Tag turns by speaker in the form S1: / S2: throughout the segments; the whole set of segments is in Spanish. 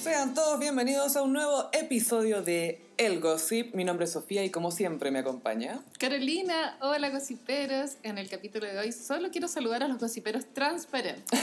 S1: Sean todos bienvenidos a un nuevo episodio de El Gossip. Mi nombre es Sofía y como siempre me acompaña.
S2: Carolina, hola gossiperos. En el capítulo de hoy solo quiero saludar a los gossiperos transparentes.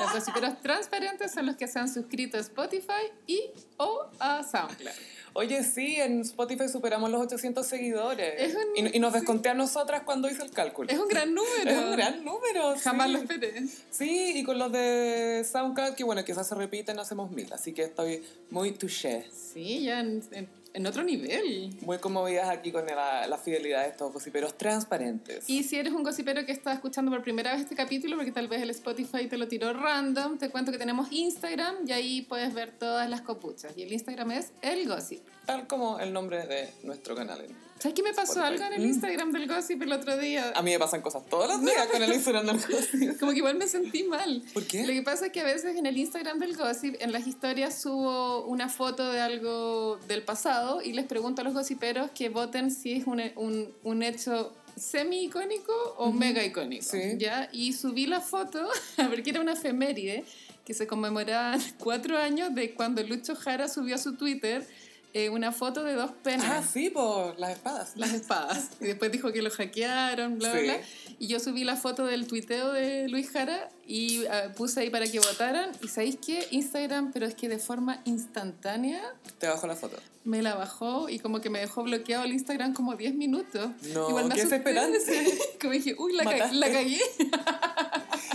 S2: los gossiperos transparentes son los que se han suscrito a Spotify y o a SoundCloud.
S1: Oye, sí, en Spotify superamos los 800 seguidores.
S2: Es un-
S1: y, y nos
S2: sí.
S1: desconté a nosotras cuando hice el cálculo.
S2: Es un gran número.
S1: Es un gran número. sí.
S2: Jamás lo esperé.
S1: Sí, y con los de SoundCloud, que bueno, quizás se repiten, hacemos mil. Así que estoy muy touché.
S2: Sí, ya en, en- en otro nivel.
S1: Muy conmovidas aquí con la, la fidelidad de estos gossiperos transparentes.
S2: Y si eres un gossipero que está escuchando por primera vez este capítulo, porque tal vez el Spotify te lo tiró random, te cuento que tenemos Instagram y ahí puedes ver todas las copuchas. Y el Instagram es el gossip.
S1: Tal como el nombre de nuestro canal.
S2: ¿Sabes qué me pasó
S1: Spotify. Mm.
S2: algo en el Instagram del gossip el otro día?
S1: A mí me pasan cosas todos los días con el Instagram del gossip.
S2: Como que igual me sentí mal.
S1: ¿Por qué?
S2: Lo que pasa es que a veces en el Instagram del gossip, en las historias subo una foto de algo del pasado y les pregunto a los gossiperos que voten si es un, un, un hecho semi icónico o mega icónico.
S1: Sí.
S2: ¿ya? Y subí la foto porque era una efeméride que se conmemoraba cuatro años de cuando Lucho Jara subió a su Twitter eh, una foto de dos penas
S1: Ah, sí, por las espadas.
S2: las espadas. Y después dijo que lo hackearon, bla,
S1: Sí.
S2: bla, bla. Y yo subí la foto del tuiteo de Luis Jara y ah, puse ahí para que votaran. Y sabéis qué, Instagram, pero es que de forma instantánea
S1: Te bajo la foto.
S2: me la bajó y como que me dejó bloqueado el Instagram como 10 minutos.
S1: No,
S2: Igual me
S1: qué
S2: asusté.
S1: desesperante.
S2: Como dije, uy, la, ca-
S1: Mataste.
S2: la cagué.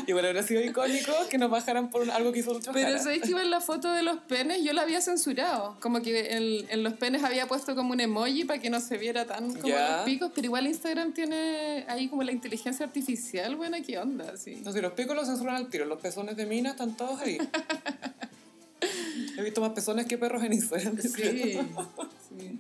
S1: Y bueno, hubiera sido icónico que nos bajaran por un- algo que hizo Lucho
S2: Pero
S1: Jara.
S2: sabéis que en la foto de los penes yo la había censurado. Como que en, en los penes había puesto como un emoji para que no se viera tan como
S1: Ya.
S2: los picos. Pero igual Instagram tiene ahí como la inteligencia artificial. Buena, ¿qué onda? Sí.
S1: No sé, los picos los censuran al tiro. Los pezones de mina están todos ahí. He visto más pezones que perros en Instagram.
S2: Sí. sí.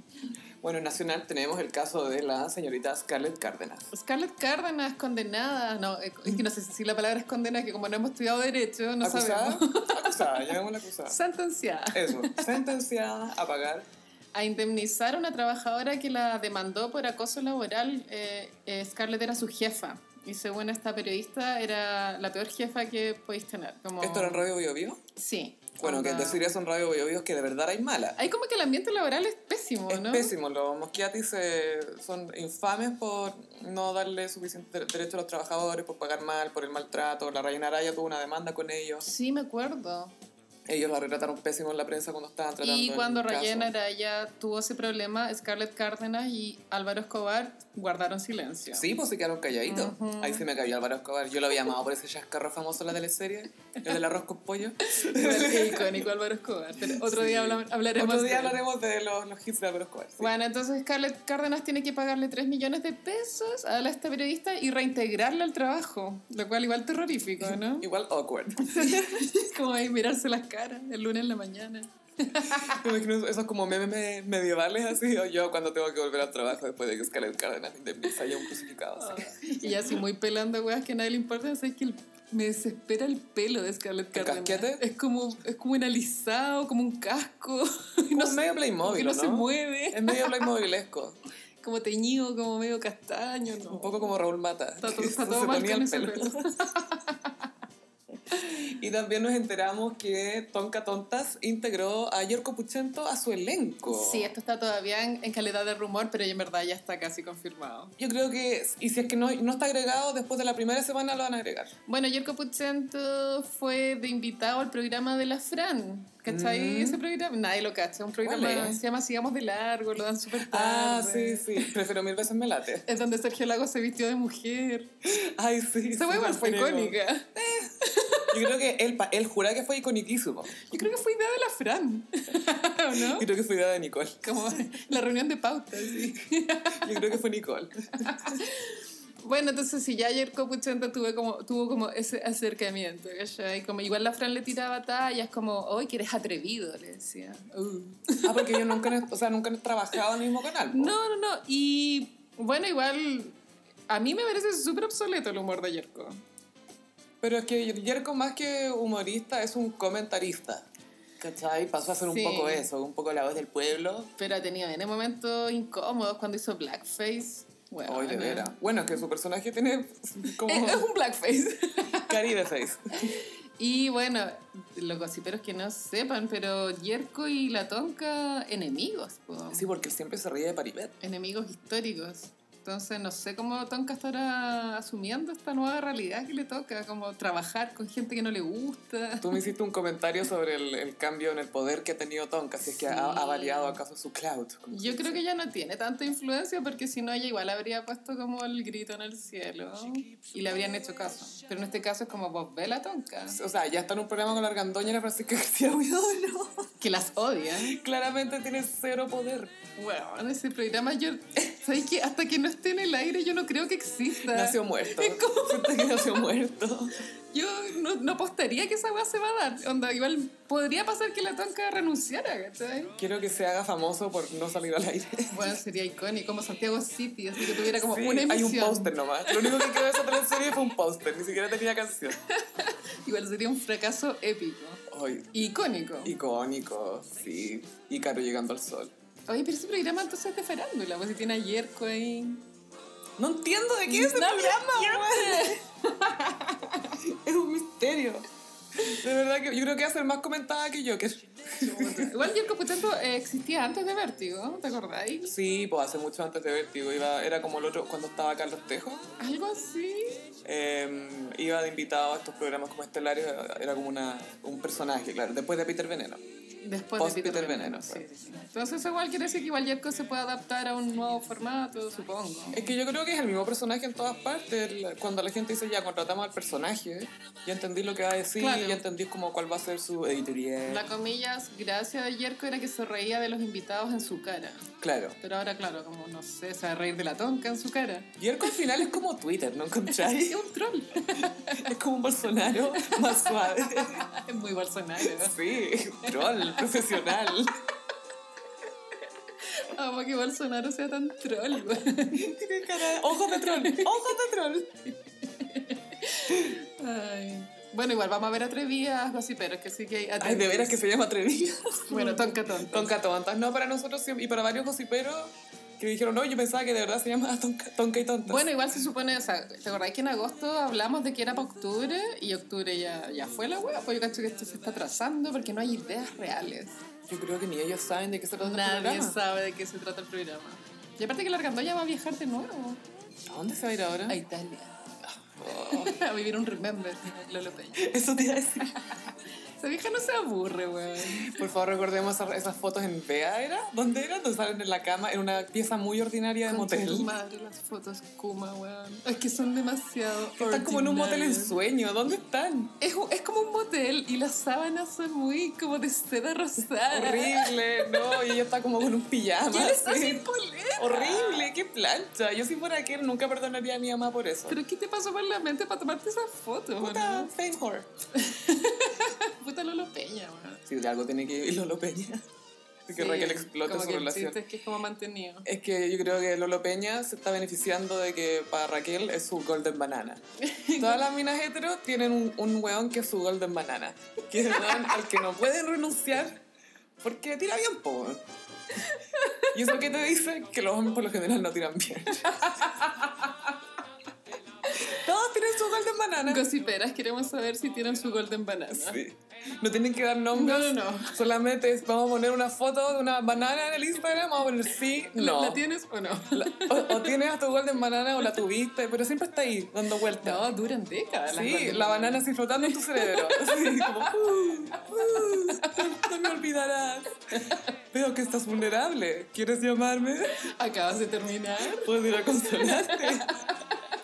S1: Bueno, en Nacional tenemos el caso de la señorita Scarlett Cárdenas.
S2: Scarlett Cárdenas, condenada. No, eh, es que no sé si la palabra es condenada, que como no hemos estudiado Derecho, no
S1: ¿Acusada?
S2: sabemos.
S1: Acusada, llamémosla acusada.
S2: Sentenciada.
S1: Eso, sentenciada a pagar.
S2: a indemnizar a una trabajadora que la demandó por acoso laboral. Eh, eh, Scarlett era su jefa. Y según esta periodista, era la peor jefa que podéis tener. Como...
S1: ¿Esto era en Radio Bio Bio?
S2: Sí.
S1: Bueno, que
S2: Onda-
S1: decir eso en Radio Bio Bio es que de verdad hay mala.
S2: Ahí como que el ambiente laboral es pésimo,
S1: Es
S2: ¿no?
S1: pésimo, los mosquiatis eh, son infames por no darle suficiente dere- derecho a los trabajadores, por pagar mal, por el maltrato. La Reina Araya tuvo una demanda con ellos.
S2: Sí, me acuerdo.
S1: Ellos la retrataron pésimo en la prensa cuando estaban tratando.
S2: Y
S1: el
S2: cuando
S1: caso.
S2: Rayén Araya tuvo ese problema, Scarlett Cárdenas y Álvaro Escobar guardaron silencio.
S1: Sí, pues se quedaron calladitos.
S2: Ujú.
S1: Ahí se me cayó Álvaro Escobar. Yo lo había amado por ese chascarro famoso de la teleserie, el del arroz con pollo.
S2: Igual que icónico Álvaro Escobar. Pero otro
S1: Sí.
S2: día habla- hablaremos
S1: Otro
S2: de
S1: día
S2: él.
S1: hablaremos de los, los hits de Álvaro Escobar. sí.
S2: Bueno, entonces Scarlett Cárdenas tiene que pagarle 3 millones de pesos a la- esta periodista y reintegrarla al trabajo, lo cual igual terrorífico, ¿no?
S1: Igual awkward.
S2: Como ahí mirarse las caras el lunes en la mañana.
S1: Me imagino esos como memes me- medievales así, o yo cuando tengo que volver al trabajo después de que Scarlett Cárdenas indemniza y un crucificado. así.
S2: Y ya así muy pelando, weas, que a nadie le importa, ¿sabes que el- me desespera el pelo de Scarlett
S1: ¿El
S2: Cárdenas.
S1: casquete?
S2: Es como, es como enalizado, como un casco,
S1: Como
S2: No
S1: no
S2: sé,
S1: medio
S2: como que
S1: Playmobil,
S2: no,
S1: ¿no?
S2: se mueve,
S1: Es medio Playmobilesco.
S2: como teñido, como medio castaño, ¿no?
S1: Un poco como Raúl Mata.
S2: Está, todo-
S1: que
S2: está
S1: se
S2: todo mal
S1: ponía
S2: con
S1: el
S2: ese
S1: pelo.
S2: pelo.
S1: Y también nos enteramos que Tonka Tontas integró a Yorko Puchento a su elenco.
S2: Sí, esto está todavía en, en calidad de rumor, pero ya en verdad ya está casi confirmado.
S1: Yo creo que, y si es que no, no está agregado, después de la primera semana lo van a agregar.
S2: Bueno, Yerko Puchento fue de invitado al programa de la Fran. ¿Cachai
S1: Mm.
S2: ese programa? Nadie lo cacha. Un programa
S1: ¿Cuál es?
S2: se llama Sigamos de Largo, lo dan súper
S1: Ah,
S2: tarde.
S1: sí, sí. Prefiero mil veces me late.
S2: Es donde Sergio Lago se vistió de mujer.
S1: Ay, sí.
S2: Esa
S1: súper
S2: fue igual fue
S1: creo.
S2: icónica.
S1: Yo creo que él, pa- él jura que fue iconiquísimo.
S2: Yo creo que fue idea de la Fran. ¿O no?
S1: Yo creo que fue idea de Nicole.
S2: Como la reunión de pautas. sí.
S1: Yo creo que fue Nicole.
S2: Bueno, entonces si ya Yerko Puchento tuvo como, tuvo como ese acercamiento, ¿cachai? Como, igual la Fran le tiraba tallas como, hoy que eres atrevido, le decía. Uh.
S1: Ah, porque yo nunca, o sea, nunca he trabajado en el mismo canal. po.
S2: No, no, no. Y bueno, igual a mí me parece súper obsoleto el humor de Yerko.
S1: Pero es que Jerko más que humorista es un comentarista. ¿Cachai? Pasó a ser
S2: Sí.
S1: un poco eso, un poco la voz del pueblo.
S2: Pero ha tenido en momentos incómodos cuando hizo blackface. Bueno,
S1: Hoy de
S2: ¿no?
S1: veras. Bueno, es que su personaje tiene
S2: Es,
S1: como
S2: es un blackface.
S1: Caribe Face.
S2: Y bueno, los gossiperos que no sepan, pero Yerko y la Tonka, enemigos, po.
S1: Sí, porque él siempre se ríe de Paribet.
S2: enemigos históricos. Entonces no sé cómo Tonka estará asumiendo esta nueva realidad que le toca, como trabajar con gente que no le gusta.
S1: Tú me hiciste un comentario sobre el, el cambio en el poder que ha tenido Tonka, si es que ha,
S2: Sí.
S1: ha variado acaso su cloud. como
S2: Yo
S1: se dice.
S2: creo que ella no tiene tanta influencia porque si no ella igual habría puesto como el grito en el cielo y le habrían hecho caso. Pero en este caso es como vos ve la tonca,
S1: O sea, ya está en un programa con la argandoña y la Francisca García Huidobro.
S2: que las odia.
S1: Claramente tiene cero poder.
S2: Bueno, en ese programa yo, ¿sabes qué? Hasta que no esté en el aire yo no creo que exista.
S1: Nació muerto. Siento que nació muerto.
S2: Yo no, no apostaría que esa weá se va a dar. Onda, igual podría pasar que la tonca renunciara, ¿cachai?
S1: Quiero que se haga famoso por no salir al aire.
S2: Bueno, sería icónico, como Santiago City, así que tuviera como
S1: Sí,
S2: una
S1: hay un
S2: emisión.
S1: póster nomás. Lo único que quedó de esa teleserie fue un póster, ni siquiera tenía canción.
S2: Igual sería un fracaso épico.
S1: Ay,
S2: Icónico.
S1: icónico, sí. Ícaro llegando al sol.
S2: Oye, pero ese programa entonces es de farándula, pues si tiene a Yerko ahí.
S1: No entiendo de qué es ese
S2: No,
S1: programa, weón. Es un misterio. De verdad que yo creo que va a ser más comentada que Joker.
S2: Igual Yerko, por tanto, eh, existía antes de Vértigo, ¿te acordáis?
S1: Sí, pues hace mucho antes de Vértigo. Iba, era como el otro, cuando estaba Carlos Tejo.
S2: Algo así.
S1: eh, iba de invitado a estos programas como estelares. Era como una, un personaje, claro. Después de Peter Veneno.
S2: Después
S1: Post
S2: de Peter,
S1: Peter
S2: Veneno.
S1: Veneno, pues.
S2: sí, sí, sí. Entonces, eso igual quiere decir que igual Yerko se puede adaptar a un nuevo formato, supongo.
S1: Es que yo creo que es el mismo personaje en todas partes. El- Cuando la gente dice, ya, contratamos al personaje, ya entendí lo que va a decir,
S2: Claro.
S1: ya entendí como cuál va a ser su editorial.
S2: La comillas, gracia de Yerko era que se reía de los invitados en su cara.
S1: Claro.
S2: Pero ahora, claro, como no sé, se va a reír de la tonca en su cara.
S1: Y el al final es como Twitter, ¿no encontráis?
S2: Es un troll.
S1: Es como un Bolsonaro más suave.
S2: Es muy Bolsonaro.
S1: Sí, troll, profesional.
S2: Amo que Bolsonaro sea tan troll, güey.
S1: Tiene cara- Ojos de troll, ojos de troll.
S2: Ay. Bueno, igual vamos a ver atrevidas, gossiperos, que sí que hay
S1: Ay, de veras que se llama atrevido.
S2: Bueno, tonca tonta.
S1: Tonka Tontas. No, para nosotros sí, y para varios gossiperos que dijeron, no, yo pensaba que de verdad se llama Tonka, tonka y Tontas.
S2: Bueno, igual se supone, o sea, ¿te acordás que en agosto hablamos de que era para octubre y octubre ya, ya fue la wea? Pues yo cacho que esto se está atrasando porque no hay ideas reales.
S1: yo creo que ni ellos saben de qué se trata el
S2: Nadie
S1: programa.
S2: sabe de qué se trata el programa. Y aparte que la Argandoña va a viajar de nuevo
S1: ¿A dónde se va a ir ahora?
S2: a Italia.
S1: Oh,
S2: A vivir un remember, Lolo Peña.
S1: eso te iba a decir.
S2: Esa vieja no se aburre, weón.
S1: Por favor, recordemos esas- esas fotos en Vea, ¿era? ¿Dónde era? Donde salen en la cama, en una pieza muy ordinaria de
S2: Concha tu
S1: motel.
S2: madre, las fotos Kuma, weón. Es que son demasiado.
S1: Están como en un motel en
S2: ordinarias.
S1: sueño. ¿Dónde están?
S2: Es, un- es como un motel y las sábanas son muy como de seda rosada.
S1: Horrible, no, y ella está como con un pijama.
S2: ¿Quién está
S1: así.
S2: sin polera?
S1: Horrible, qué plancha. Yo si fuera aquel nunca perdonaría a mi mamá por eso.
S2: ¿Pero qué te pasó por la mente para tomarte esa foto,
S1: Puta,
S2: weón?
S1: fame whore.
S2: Puta Lolo Peña, weón.
S1: Sí, de algo tiene que vivir Lolo Peña. De que
S2: Sí,
S1: Raquel explote
S2: como
S1: su
S2: que el
S1: relación.
S2: chiste Es que es como mantenido.
S1: Es que yo creo que Lolo Peña se está beneficiando de que para Raquel es su golden banana. Todas las minas hetero tienen un, un weón que es su golden banana. Que es el weón al que no pueden renunciar porque tira bien, po. weón. Y eso que te dice que los hombres por lo general no tiran bien. Todos tienen su golden banana.
S2: Gossiperas, queremos saber si tienen su golden banana.
S1: Sí. No tienen que dar nombres.
S2: No, no, no.
S1: Solamente es, vamos a poner una foto de una banana en el Instagram, vamos a poner sí, no.
S2: ¿La tienes o no?
S1: La- o, o tienes a tu golden banana o la tuviste, pero siempre está ahí, dando vueltas.
S2: No, duran décadas. las
S1: sí,
S2: golden
S1: la
S2: bananas.
S1: banana así flotando en tu cerebro. Así como, uh, uh, no- no me olvidarás. Veo que estás vulnerable. ¿Quieres llamarme?
S2: Acabas de terminar.
S1: Puedo ir a consolarte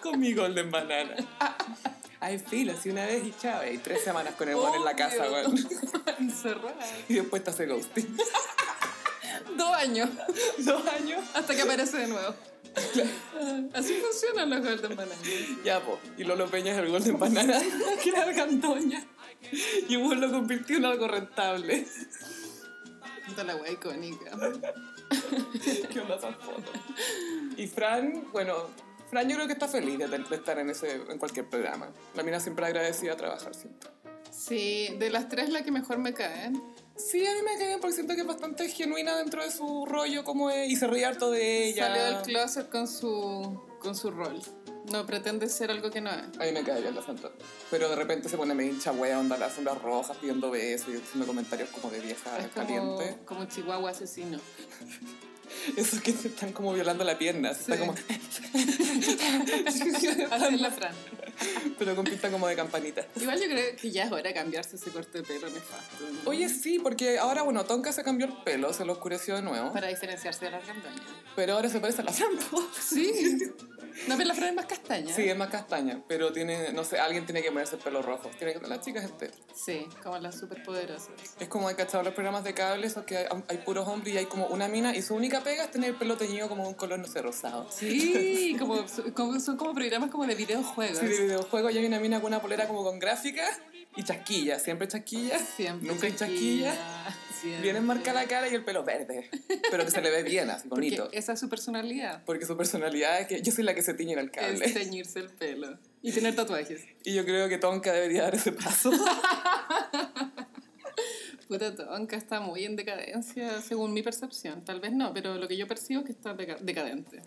S1: con mi golden banana. Ay, filo, así una vez y chao. Y tres semanas con el bol en la casa,
S2: Obvio.
S1: weón.
S2: Encerrada.
S1: Y después te hace ghosting.
S2: Dos años.
S1: Dos años.
S2: Hasta que aparece de nuevo. Así funcionan los Golden Bananas.
S1: Ya, po. Y Lolo Peña es el golden banana que era Argandoña. Y vos lo convirtió en algo rentable.
S2: Puta la wea icónica.
S1: ¿Qué onda esas fotos? Y Fran, bueno, Fran yo creo que está feliz de, de estar en, ese, en cualquier programa. La mina siempre agradecida a trabajar, siento.
S2: Sí, de las tres la que mejor me cae.
S1: Sí, a mí me cae bien porque siento que es bastante genuina dentro de su rollo como es y se ríe harto de ella.
S2: Salió del closet con su, con su rol. No pretende ser algo que no es.
S1: Ahí me cae bien la Fran Torres. Pero de repente se pone me hincha wea, onda, las sombras rojas pidiendo besos y haciendo comentarios como de vieja
S2: Es
S1: caliente.
S2: como, como chihuahua asesino.
S1: Esos que se están como violando la pierna, se
S2: Sí.
S1: está como,
S2: Así es la Fran.
S1: pero con pinta como de campanita.
S2: Igual yo creo que ya es hora de cambiarse ese corte de pelo nefasto.
S1: Oye, sí, porque ahora, bueno, Tonka se cambió el pelo, se lo oscureció de nuevo,
S2: Para diferenciarse de la grandoña.
S1: pero ahora se parece a la Fran. po.
S2: Sí. No, pero la Fran es más castaña.
S1: Sí, es más castaña, pero tiene, no sé, alguien tiene que ponerse el pelo rojo. Tiene que, las chicas este.
S2: Sí, como las superpoderosas.
S1: Es como hay cachado los programas de cables, o que hay, hay puros hombres y hay como una mina y su única pega es tener el pelo teñido como de un color, no sé, rosado.
S2: Sí, como, su- como- son como programas como de videojuegos.
S1: Sí, de videojuego ya hay una mina con una polera como con gráfica y chasquilla, siempre chasquilla.
S2: Siempre.
S1: Nunca hay chasquilla.
S2: Siempre.
S1: Bien enmarcada la cara y el pelo verde, pero que se le ve bien, así
S2: Porque
S1: bonito.
S2: esa es su personalidad.
S1: Porque su personalidad es que yo soy la que se tiñe en el cable.
S2: Es teñirse el pelo. Y tener tatuajes.
S1: Y yo creo que Tonka debería dar ese paso.
S2: Puta Tonka está muy en decadencia, según mi percepción. Tal vez no, pero lo que yo percibo es que está deca- decadente.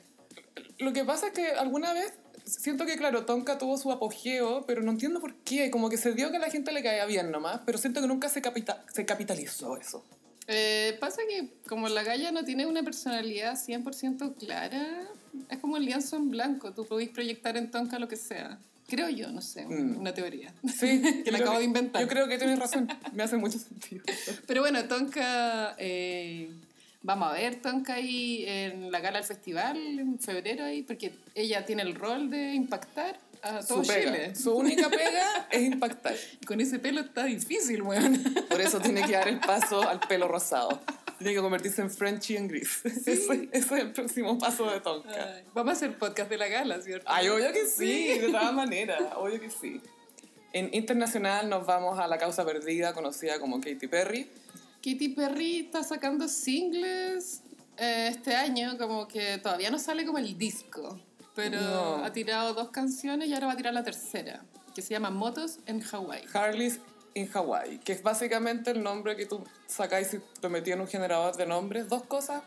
S1: Lo que pasa es que alguna vez siento que, claro, Tonka tuvo su apogeo, pero no entiendo por qué. Como que se dio que a la gente le caía bien nomás, pero siento que nunca se, capita- se capitalizó eso.
S2: Eh, pasa que como la galla no tiene una personalidad 100% clara, es como el lienzo en blanco. Tú podés proyectar en Tonka lo que sea. Creo yo, no sé,
S1: Mm.
S2: una teoría.
S1: Sí,
S2: Que la acabo de inventar.
S1: Yo creo que tienes razón, me hace mucho sentido.
S2: Pero bueno, Tonka, eh, vamos a ver Tonka ahí en la gala del festival en febrero ahí, porque ella tiene el rol de impactar a todo
S1: Su, pega,
S2: Chile.
S1: su única pega es impactar.
S2: Con ese pelo está difícil, weón.
S1: Por eso tiene que dar el paso al pelo rosado. Tiene que convertirse en Frenchy en gris. Ese, ese es el próximo paso de Tonka.
S2: Ay, Vamos a hacer podcast de la gala, ¿cierto?
S1: Ay, obvio que sí, de todas maneras, obvio que sí. En internacional nos vamos a la causa perdida, conocida como Katy Perry.
S2: Katy Perry está sacando singles eh, este año, como que todavía no sale como el disco, pero
S1: No.
S2: ha tirado dos canciones y ahora va a tirar la tercera, que se llama Motos en Hawái.
S1: Harley's in Hawaii, que es básicamente el nombre que tú sacáis y lo metías en un generador de nombres, dos cosas,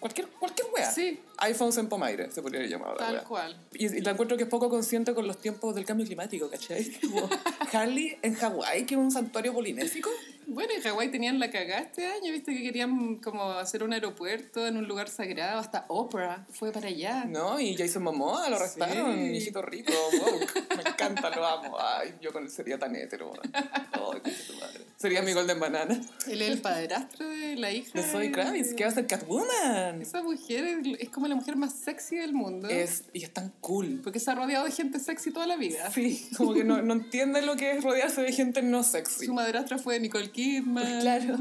S1: cualquier, cualquier wea.
S2: Sí,
S1: iPhones en Pomaire, se podría llamar la
S2: tal
S1: wea.
S2: cual.
S1: Y, y la encuentro que es poco consciente con los tiempos del cambio climático, ¿cachai? Como Harley en Hawái, que es un santuario polinésico.
S2: Bueno, en Hawái tenían la cagada este año, viste que querían como hacer un aeropuerto en un lugar sagrado, hasta Oprah fue para allá.
S1: No, y Jason Momoa ah, lo arrestaron,
S2: Sí.
S1: hijito rico, woke. Me encanta, lo amo. Ay, yo con- sería tan hétero. man. Ay, concha tu madre. Sería mi Golden Banana.
S2: Él es el padrastro de la hija.
S1: De Zoe Kravitz, ¿qué va a hacer Catwoman?
S2: Esa mujer es, es como la mujer más sexy del mundo.
S1: Es, y es tan cool.
S2: Porque se ha rodeado de gente sexy toda la vida.
S1: Sí, como que no, no entiende lo que es rodearse de gente no sexy.
S2: Su madrastra fue Nicole Kidman.
S1: Claro.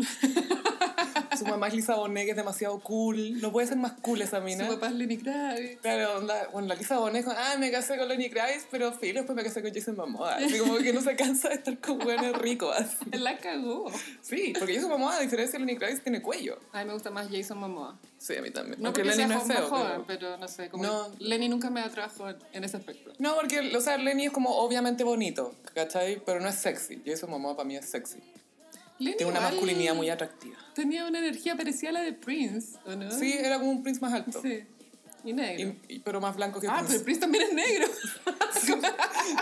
S1: Su mamá es Lisa Bonet, que es demasiado cool. No puede ser más cool esa mina.
S2: Su papá es Lenny Kravitz.
S1: Claro, onda, bueno, la Lisa Bonet, como, ah, me casé con Lenny Kravitz, pero filo, después me casé con Jason Momoa. Así como que no se cansa de estar con buenos ricos. así.
S2: La cagó.
S1: Sí, porque Jason Momoa, a diferencia de Lenny Kravitz, tiene cuello.
S2: A mí me gusta más Jason Momoa.
S1: Sí, a mí también.
S2: No
S1: Aunque
S2: porque sea
S1: Lenny no
S2: jo-
S1: es
S2: más
S1: feo.
S2: joven,
S1: pero-
S2: pero no sé. Como
S1: No.
S2: Lenny nunca me atrajo en, en ese aspecto.
S1: No, porque, o sea, Lenny es como obviamente bonito, ¿cachai? Pero no es sexy. Jason Momoa para mí es sexy.
S2: Lenny
S1: Tiene una
S2: igual
S1: masculinidad muy atractiva.
S2: Tenía una energía parecida a la de Prince, ¿o no?
S1: Sí, era como un Prince más alto.
S2: Ah. Sí. Y negro.
S1: Y- y- pero más blanco que
S2: Ah, pero
S1: Prince.
S2: Prince también es negro.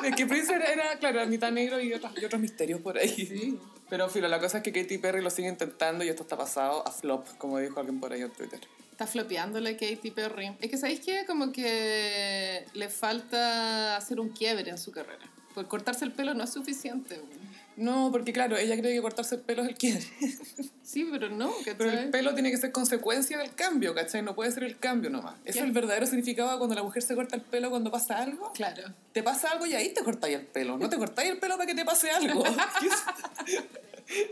S1: Es que Prince era, era, claro, era mitad negro y, otras- y otros misterios por ahí.
S2: Sí.
S1: Pero filo, la cosa es que Katy Perry lo sigue intentando y esto está pasado a flop, como dijo alguien por ahí en Twitter.
S2: Está flopeando la Katy Perry. Es que, ¿sabéis qué? Como que le falta hacer un quiebre en su carrera. Por cortarse el pelo no es suficiente. güey.
S1: No, porque claro, ella cree que cortarse el pelo es el quiebre.
S2: Sí, pero no, ¿cachai?
S1: Pero el pelo tiene que ser consecuencia del cambio, ¿cachai? No puede ser el cambio nomás. Eso es el verdadero significado de cuando la mujer se corta el pelo cuando pasa algo.
S2: Claro.
S1: Te pasa algo y ahí te cortáis el pelo. No te cortáis el pelo para que te pase algo. Y eso-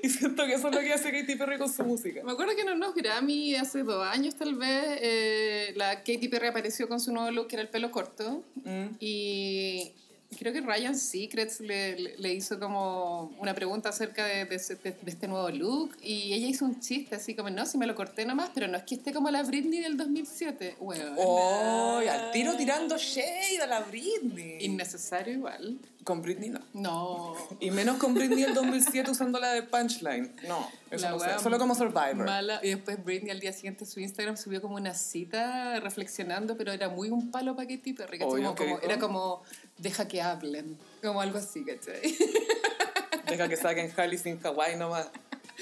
S1: y siento que eso es lo que hace Katy Perry con su música.
S2: Me acuerdo que en unos Grammy hace dos años, tal vez, eh, la Katy Perry apareció con su nuevo look, que era el pelo corto.
S1: Mm.
S2: Y creo que Ryan Secrets le, le- le hizo como una pregunta acerca de, de ese- de- de este nuevo look y ella hizo un chiste así como, no, si me lo corté nomás, pero no es que esté como la Britney del 2007. Bueno,
S1: ¡Oh! Al tiro tirando shade a la Britney.
S2: innecesario igual.
S1: Con Britney no.
S2: No.
S1: Y menos con Britney el 2007 usando la de Punchline. No, eso
S2: La
S1: no
S2: wea
S1: sé. Solo como Survivor.
S2: Mala. Y después Britney al día siguiente su Instagram subió como una cita reflexionando, pero era muy un palo pa' Katy Perry, ¿cachai?
S1: Obvio,
S2: Como-
S1: ¿qué
S2: como-
S1: dijo?
S2: era como, deja que hablen, como algo así, ¿cachai?
S1: Deja que saquen Hailey sin Hawaii nomás.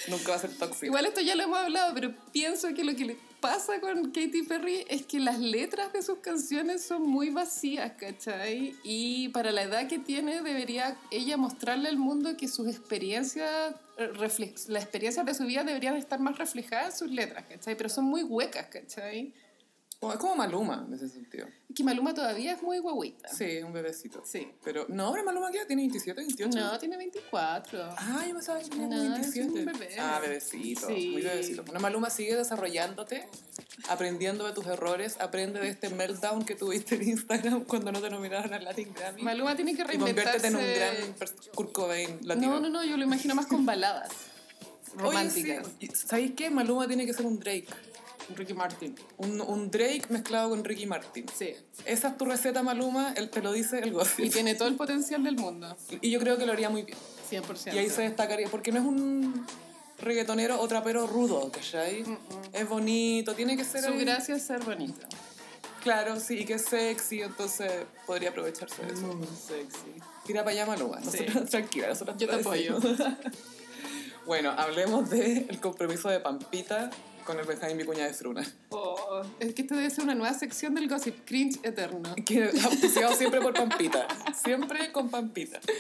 S1: Nunca va a ser tóxico.
S2: Igual esto ya lo hemos hablado, pero pienso que lo que le pasa con Katy Perry es que las letras de sus canciones son muy vacías, ¿cachai? Y para la edad que tiene debería ella mostrarle al mundo que sus experiencias, eh, reflex- las experiencias de su vida deberían estar más reflejadas en sus letras, ¿cachai? Pero son muy huecas, ¿cachai?
S1: Como- es como Maluma en ese sentido.
S2: Y que Maluma todavía es muy guaguita.
S1: Sí, un bebecito.
S2: Sí.
S1: Pero, no, ahora Maluma ya tiene 27, 28.
S2: No, tiene 24.
S1: Ah, yo pensaba que tenía
S2: No,
S1: como
S2: es
S1: 27.
S2: un bebé.
S1: Ah, bebecito.
S2: Sí.
S1: Muy bebecito. Bueno, Maluma sigue desarrollándote, aprendiendo de tus errores, aprende de este meltdown que tuviste en Instagram cuando no te nominaron al Latin Grammy.
S2: Maluma tiene que
S1: y conviértete
S2: reinventarse.
S1: en un gran pers- Kurt Cobain latino.
S2: No, no, no, yo lo imagino más con baladas románticas.
S1: Oye, sí, ¿Sabéis qué? Maluma tiene que ser un Drake.
S2: Ricky Martin.
S1: Un, un Drake mezclado con Ricky Martin.
S2: Sí.
S1: Esa es tu receta, Maluma. Él te lo dice el
S2: Y
S1: gossip.
S2: tiene todo el potencial del mundo.
S1: Y yo creo que lo haría muy bien.
S2: 100%.
S1: Y ahí se destacaría, porque no es un reggaetonero o trapero rudo, ¿cachai? Es bonito, tiene que ser...
S2: Su
S1: ahí-
S2: gracia es ser bonita.
S1: Claro, sí, y que es sexy, entonces podría aprovecharse de eso.
S2: Muy sexy.
S1: Tira para allá, Maluma.
S2: Mm. Sí.
S1: Nosotros, tranquila, nosotros
S2: Yo te apoyo.
S1: decimos. bueno, hablemos del compromiso de Pampita con el Benjamín Vicuña de Fruna.
S2: Oh, es que esto debe ser una nueva sección del gossip cringe eterno.
S1: Que auspiciado siempre por Pampita. Siempre con Pampita.
S2: Eh.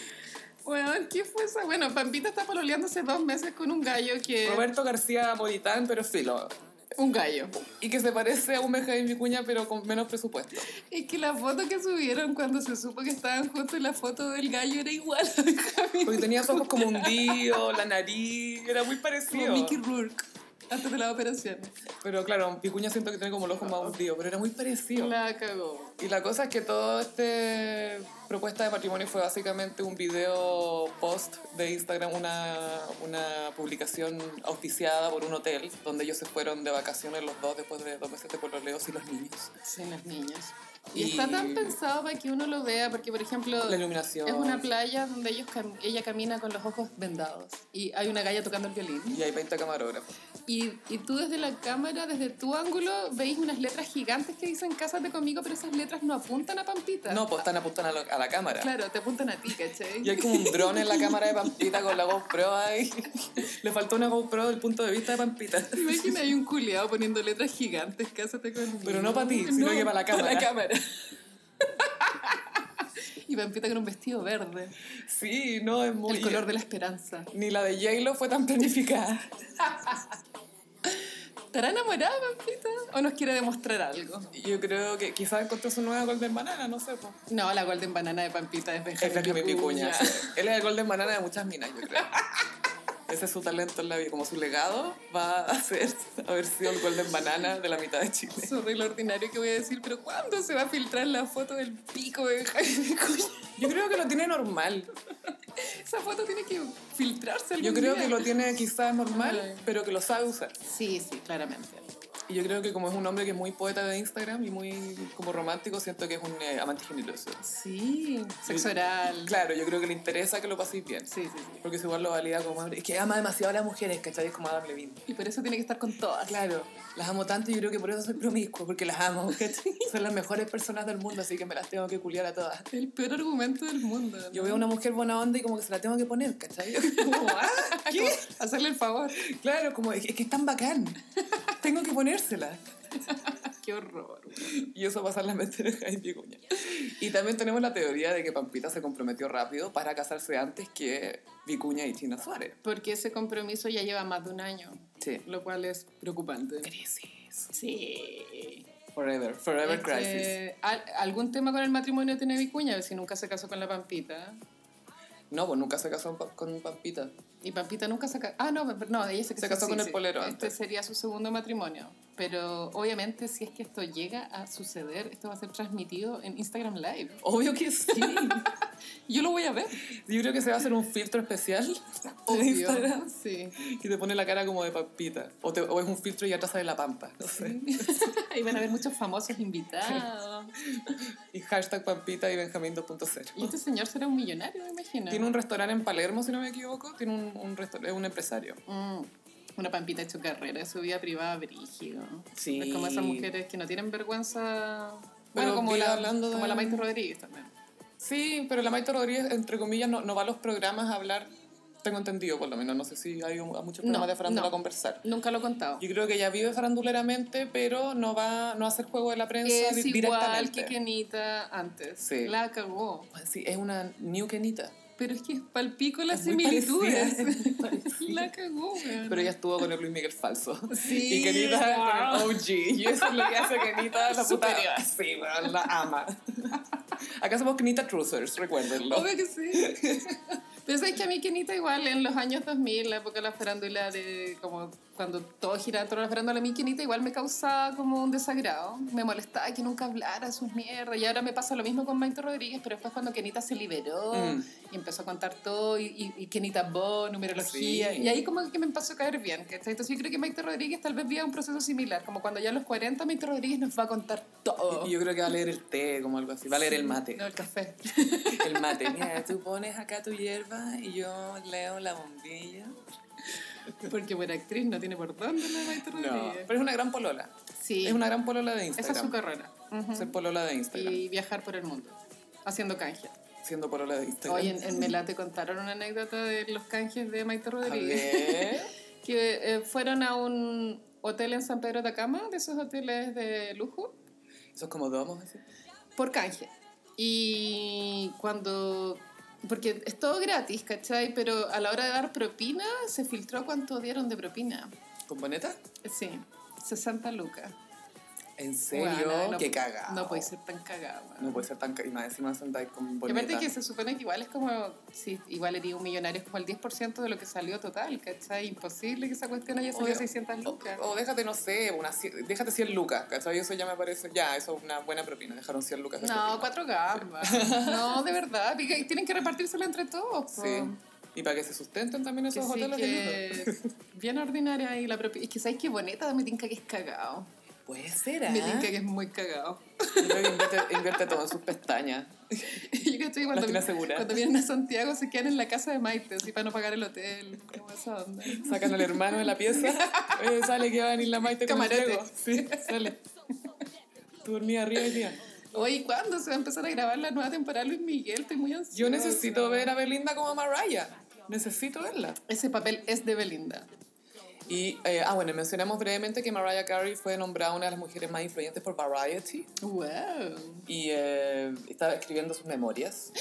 S2: Bueno, ¿qué fue esa? Bueno, Pampita está pololeando hace dos meses con un gallo que...
S1: Roberto García Moritán, pero filo.
S2: Un gallo.
S1: Y que se parece a un Benjamín Vicuña, pero con menos presupuesto.
S2: Es que la foto que subieron cuando se supo que estaban juntos, la foto del gallo era igual a Benjamín.
S1: Porque tenía ojos como hundidos, la nariz, era muy
S2: Como
S1: parecido.
S2: Mickey Rourke, antes de la operación.
S1: Pero claro, Vicuña siento que tiene como los ojos más hundidos, pero era muy parecido.
S2: La cagó.
S1: Y la cosa es que toda esta propuesta de matrimonio fue básicamente un video post de Instagram, una, una publicación auspiciada por un hotel donde ellos se fueron de vacaciones los dos después de dos meses de pololeos y los niños.
S2: Sí, los niños.
S1: Y-
S2: Y, está tan pensado para que uno lo vea, porque por ejemplo,
S1: La iluminación.
S2: es una playa donde ellos cam- ella camina con los ojos vendados y hay una galla tocando el violín.
S1: Y hay 20 camarógrafos.
S2: Y, y tú desde la cámara, desde tu ángulo, veis unas letras gigantes que dicen Cásate conmigo, pero esas letras no apuntan a Pampita.
S1: No, pues están apuntando a, lo- a la cámara.
S2: Claro, te apuntan a ti, ¿cachai?
S1: Y hay como un dron en la cámara de Pampita con la GoPro ahí. Le faltó una GoPro del punto de vista de Pampita.
S2: ¿Te imaginas? Hay un culiado poniendo letras gigantes, cásate conmigo.
S1: Pero no pa' ti, sino que pa' la cámara.
S2: y Pampita con un vestido verde,
S1: Sí, no, es muy...
S2: el color de la esperanza.
S1: Ni la de J-Lo fue tan planificada.
S2: ¿Estará enamorada Pampita o nos quiere demostrar algo?
S1: Yo creo que quizás encontró su nueva Golden Banana, no sé. po.
S2: No, la Golden Banana de Pampita es
S1: Es
S2: Benjamín
S1: Benjamín Vicuña.
S2: Vicuña.
S1: sí. Él es el Golden Banana de muchas minas, yo creo. Ese es su talento en la vida. Como su legado va a ser haber sido el Golden Banana de la mitad de Chile.
S2: Sorry lo ordinario que voy a decir, pero ¿cuándo se va a filtrar la foto del pico de Benjamín Vicuña?
S1: Yo creo que lo tiene normal.
S2: Esa foto tiene que filtrarse algún
S1: Yo creo
S2: día.
S1: que lo tiene quizás normal,
S2: Ay.
S1: pero que lo sabe usar.
S2: Sí, sí, claramente.
S1: Y yo creo que como es un hombre que es muy poeta de Instagram y muy como romántico, siento que es un eh, amante generoso.
S2: Sí, sexo oral.
S1: Claro, yo creo que le interesa que lo paséis bien.
S2: Sí, sí, sí.
S1: Porque eso igual lo valida como... Es que ama demasiado a las mujeres, ¿cachai? Es como Adam Levine.
S2: Y por eso tiene que estar con todas.
S1: Claro, las amo tanto y yo creo que por eso soy promiscuo, porque las amo. ¿cachai? Son las mejores personas del mundo, así que me las tengo que culiar a todas.
S2: El peor argumento del mundo. ¿no?
S1: Yo veo a una mujer buena onda y como que se la tengo que poner, ¿cachai? Como, ah,
S2: Ah,
S1: ¿qué?
S2: como, Hacerle el favor.
S1: Claro, como es que es tan bacán. Tengo que ponérsela.
S2: Qué horror.
S1: Y eso pasa en la mente de Jaime Vicuña. Y también tenemos la teoría de que Pampita se comprometió rápido para casarse antes que Vicuña y China Suárez.
S2: Porque ese compromiso ya lleva más de un año,
S1: Sí.
S2: lo cual es preocupante.
S1: Crisis.
S2: Sí.
S1: Forever, forever
S2: Este,
S1: crisis.
S2: al- ¿Algún tema con el matrimonio tiene Vicuña? A ver si nunca se casó con la Pampita.
S1: No, pues nunca se casó con Pampita.
S2: Y Pampita nunca se casó. Ah, no, no, ella se,
S1: Se casó con el polero
S2: Este
S1: antes.
S2: sería su segundo matrimonio. Pero obviamente, si es que esto llega a suceder, esto va a ser transmitido en Instagram Live.
S1: Obvio que sí.
S2: Yo lo voy a ver.
S1: Yo creo que se va a hacer un filtro especial de
S2: Obvio.
S1: Instagram
S2: Sí.
S1: que te pone la cara como de papita. O, te- o es un filtro y atrás de la pampa. No sé.
S2: Ahí van a haber muchos famosos invitados.
S1: Y hashtag pampita y benjamín 2.0.
S2: Y este señor será un millonario, me imagino.
S1: Tiene un restaurante en Palermo, si no me equivoco. Tiene un, un restaur- es un empresario.
S2: Mm, una pampita hecho carrera, su vida privada brígido.
S1: Sí.
S2: Es como esas mujeres que no tienen vergüenza.
S1: Pero
S2: bueno, como
S1: vi
S2: la,
S1: hablando
S2: como
S1: de-
S2: la Maite Rodríguez también.
S1: Sí, pero la Maite Rodríguez, entre comillas, no, no va a los programas a hablar. Tengo entendido, por lo menos. No sé si ha ido a muchos programas
S2: No,
S1: de farándula
S2: no.
S1: a conversar.
S2: Nunca lo he contado.
S1: Yo creo que ella vive faranduleramente, pero no va no va a hacer juego de la prensa
S2: Es
S1: di-
S2: igual
S1: directamente.
S2: que Kenita antes.
S1: Sí.
S2: La cagó.
S1: Sí, es una new Kenita.
S2: Pero es que es palpico las
S1: Es muy
S2: similitudes.
S1: parecida, es muy parecida.
S2: la cagó, weón.
S1: Pero ella estuvo con el Luis Miguel falso.
S2: Sí.
S1: Y Kenita "Oh,
S2: wow.
S1: con el OG. Y eso es lo que hace Kenita, la puta.
S2: Superior.
S1: Sí, weón, la ama. Acá somos Kenita Trucers, recuérdenlo.
S2: Obvio que sí. Pero sabes que a mí Kenita igual en los años 2000, la época de la farándula, de como cuando todo giraba en torno a la farándula, a mí Kenita igual me causaba como un desagrado. Me molestaba que nunca hablara sus mierdas. Y ahora me pasa lo mismo con Maite Rodríguez, pero después cuando Kenita se liberó
S1: Mm.
S2: y empezó a contar todo, y, y, y Kenita Bo, numerología,
S1: Sí.
S2: y ahí como que me empezó a caer bien. ¿cachai? Entonces yo creo que Maite Rodríguez tal vez viva un proceso similar, como cuando ya a los 40 Maite Rodríguez nos va a contar todo.
S1: Y yo creo que va a leer el té, como algo así. Va a leer el mate.
S2: No, el café.
S1: El mate. Mira, tú pones acá tu hierba y yo leo la bombilla.
S2: Porque buena actriz no tiene por dónde la Maite
S1: No,
S2: Rodríguez.
S1: pero es una gran polola.
S2: Sí,
S1: Es una gran polola de
S2: esa
S1: Instagram.
S2: es su carrera. Ujú.
S1: Ser polola de Instagram.
S2: Y viajar por el mundo, haciendo canjes.
S1: Siendo polola de Instagram.
S2: Hoy en, en Melá te contaron una anécdota de los canjes de Maite
S1: A
S2: Rodríguez.
S1: ver.
S2: Que eh, fueron a un hotel en San Pedro de Atacama, de esos hoteles de lujo,
S1: Eso es como domos, así.
S2: por canje. Y cuando... Porque es todo gratis, ¿cachai? Pero a la hora de dar propina, se filtró cuánto dieron de propina.
S1: ¿Con boneta?
S2: Sí, 60 lucas.
S1: ¿En serio?
S2: Guana, no-
S1: Qué cagado.
S2: No puede ser tan cagado. weón.
S1: No puede ser tan ca- Y más encima sentáis con
S2: Y
S1: boneta.
S2: aparte que se supone que igual es como, si igual eres un millonario, es como el 10% de lo que salió total, ¿cachai? Imposible que esa cuestión haya salido
S1: Obvio.
S2: 600 lucas.
S1: O, o déjate, no sé, una, cie- déjate 100 lucas, ¿cachai? Eso ya me parece, ya, eso es una buena propina, dejaron 100 lucas de propina.
S2: No, cuatro gambas. No, de verdad. y que- Tienen que repartírselo entre todos. po.
S1: Sí. Y para que se sustenten también
S2: Que
S1: esos
S2: sí,
S1: hoteles de lujo.
S2: que bien ordinaria ahí la propia. Es que sabes que Boneta me tinca que es cagado.
S1: Puede ser, ¿ah?
S2: Me tinca que es muy cagado.
S1: Yo creo que invierte, invierte todo en sus pestañas.
S2: Yo caché que cuando,
S1: tiene aseguradas.
S2: cuando vienen a Santiago se quedan en la casa de Maite, así para no pagar el hotel. Como esa onda.
S1: Sacan al hermano de la pieza. eh, sale que va a venir la Maite con el
S2: Camarote.
S1: Diego. Sí, sale. Tú dormías arriba y día.
S2: Oye, ¿cuándo se va a empezar a grabar la nueva temporada Luis Miguel? Estoy muy ansiosa.
S1: Yo necesito ver a Belinda como a Mariah. Necesito verla.
S2: Ese papel es de Belinda.
S1: Y, eh, ah, bueno, mencionamos brevemente que Mariah Carey fue nombrada una de las mujeres más influyentes por Variety
S2: ¡Wow!
S1: y eh, estaba escribiendo sus memorias.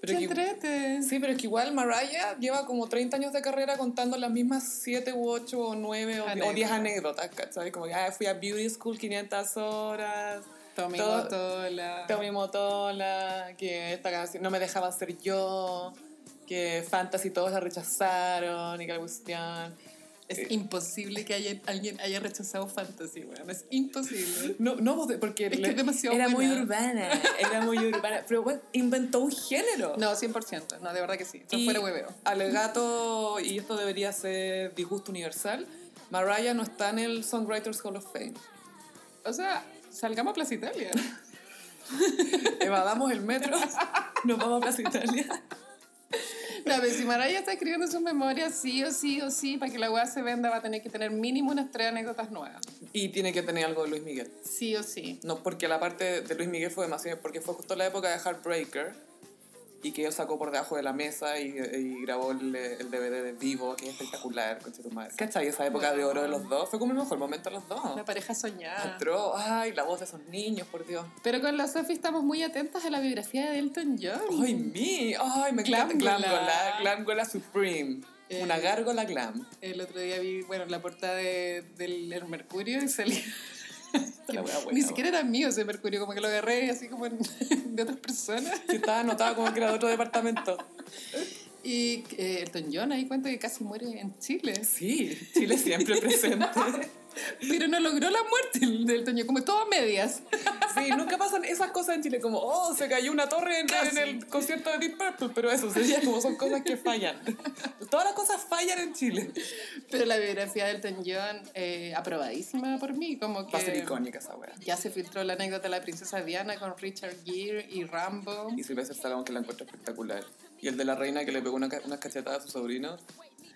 S2: ¡Qué
S1: que-
S2: entrete!
S1: Sí, pero es que igual Mariah lleva como 30 años de carrera contando las mismas 7 u 8 o 9 o
S2: Anécdotas.
S1: 10 anécdotas, ¿sabes? Como que ah, fui a beauty school 500 horas,
S2: Tommy
S1: todo-
S2: Motola.
S1: Tommy Motola, que esta canción no me dejaba ser yo, que Fantasy todos la rechazaron y que la cuestión.
S2: Es imposible que haya- alguien haya rechazado Fantasy, weón. Es imposible.
S1: No, no, vos de- porque
S2: Es que
S1: le-
S2: es demasiado
S1: era
S2: buena.
S1: muy urbana, era muy urbana, pero bueno, inventó un género.
S2: No, 100%. No, de verdad que sí. Esto
S1: Y-
S2: fuera hueveo.
S1: Alegato, y esto debería ser disgusto universal, Mariah no está en el Songwriters Hall of Fame.
S2: O sea, salgamos a Plaza Italia.
S1: Evadamos el metro, nos vamos a Plaza Italia.
S2: La pero si Mariah está escribiendo sus memorias, sí o sí o sí, para que la weá se venda va a tener que tener mínimo unas tres anécdotas nuevas.
S1: Y tiene que tener algo de Luis Miguel.
S2: Sí o sí.
S1: No, porque la parte de Luis Miguel fue demasiado, porque fue justo la época de Heartbreaker y que él sacó por debajo de la mesa y, y grabó el, el DVD de vivo, que es espectacular, concha tu madre. ¿Cachai? Esa época de oro de los dos fue como el mejor momento de los dos.
S2: La pareja soñada.
S1: Entró, ay, la voz de esos niños, por Dios.
S2: Pero con la Sophie estamos muy atentas a la biografía de Elton John.
S1: ¡Ay, mi! ¡Ay, me encanta!
S2: Glándula.
S1: Glándula, glándula supreme.
S2: Eh.
S1: Una gárgola glam.
S2: El otro día vi, bueno, la portada de- del El Mercurio y salía...
S1: La wea buena,
S2: Ni siquiera era mío ese Mercurio, como que lo agarré así como en- de otras personas.
S1: Sí, estaba anotada como que era de otro departamento.
S2: Y eh, Elton John ahí cuenta que casi muere en Chile.
S1: Sí, Chile siempre presente.
S2: Pero no logró la muerte de Elton John, como todo a medias.
S1: Sí, nunca pasan esas cosas en Chile, como, oh, se cayó una torre en,
S2: Ah,
S1: en el concierto de Deep Purple, pero eso, sería como son cosas que fallan. Todas las cosas fallan en Chile.
S2: Pero la biografía de Elton John, eh, aprobadísima por mí, como que...
S1: Va a ser icónica esa wea.
S2: Ya se filtró la anécdota de la princesa Diana con Richard Gere y Rambo.
S1: Y Silvestre Stallone que la encuentra espectacular. Y el de la reina que le pegó una, ca- unas cachetadas a su sobrino.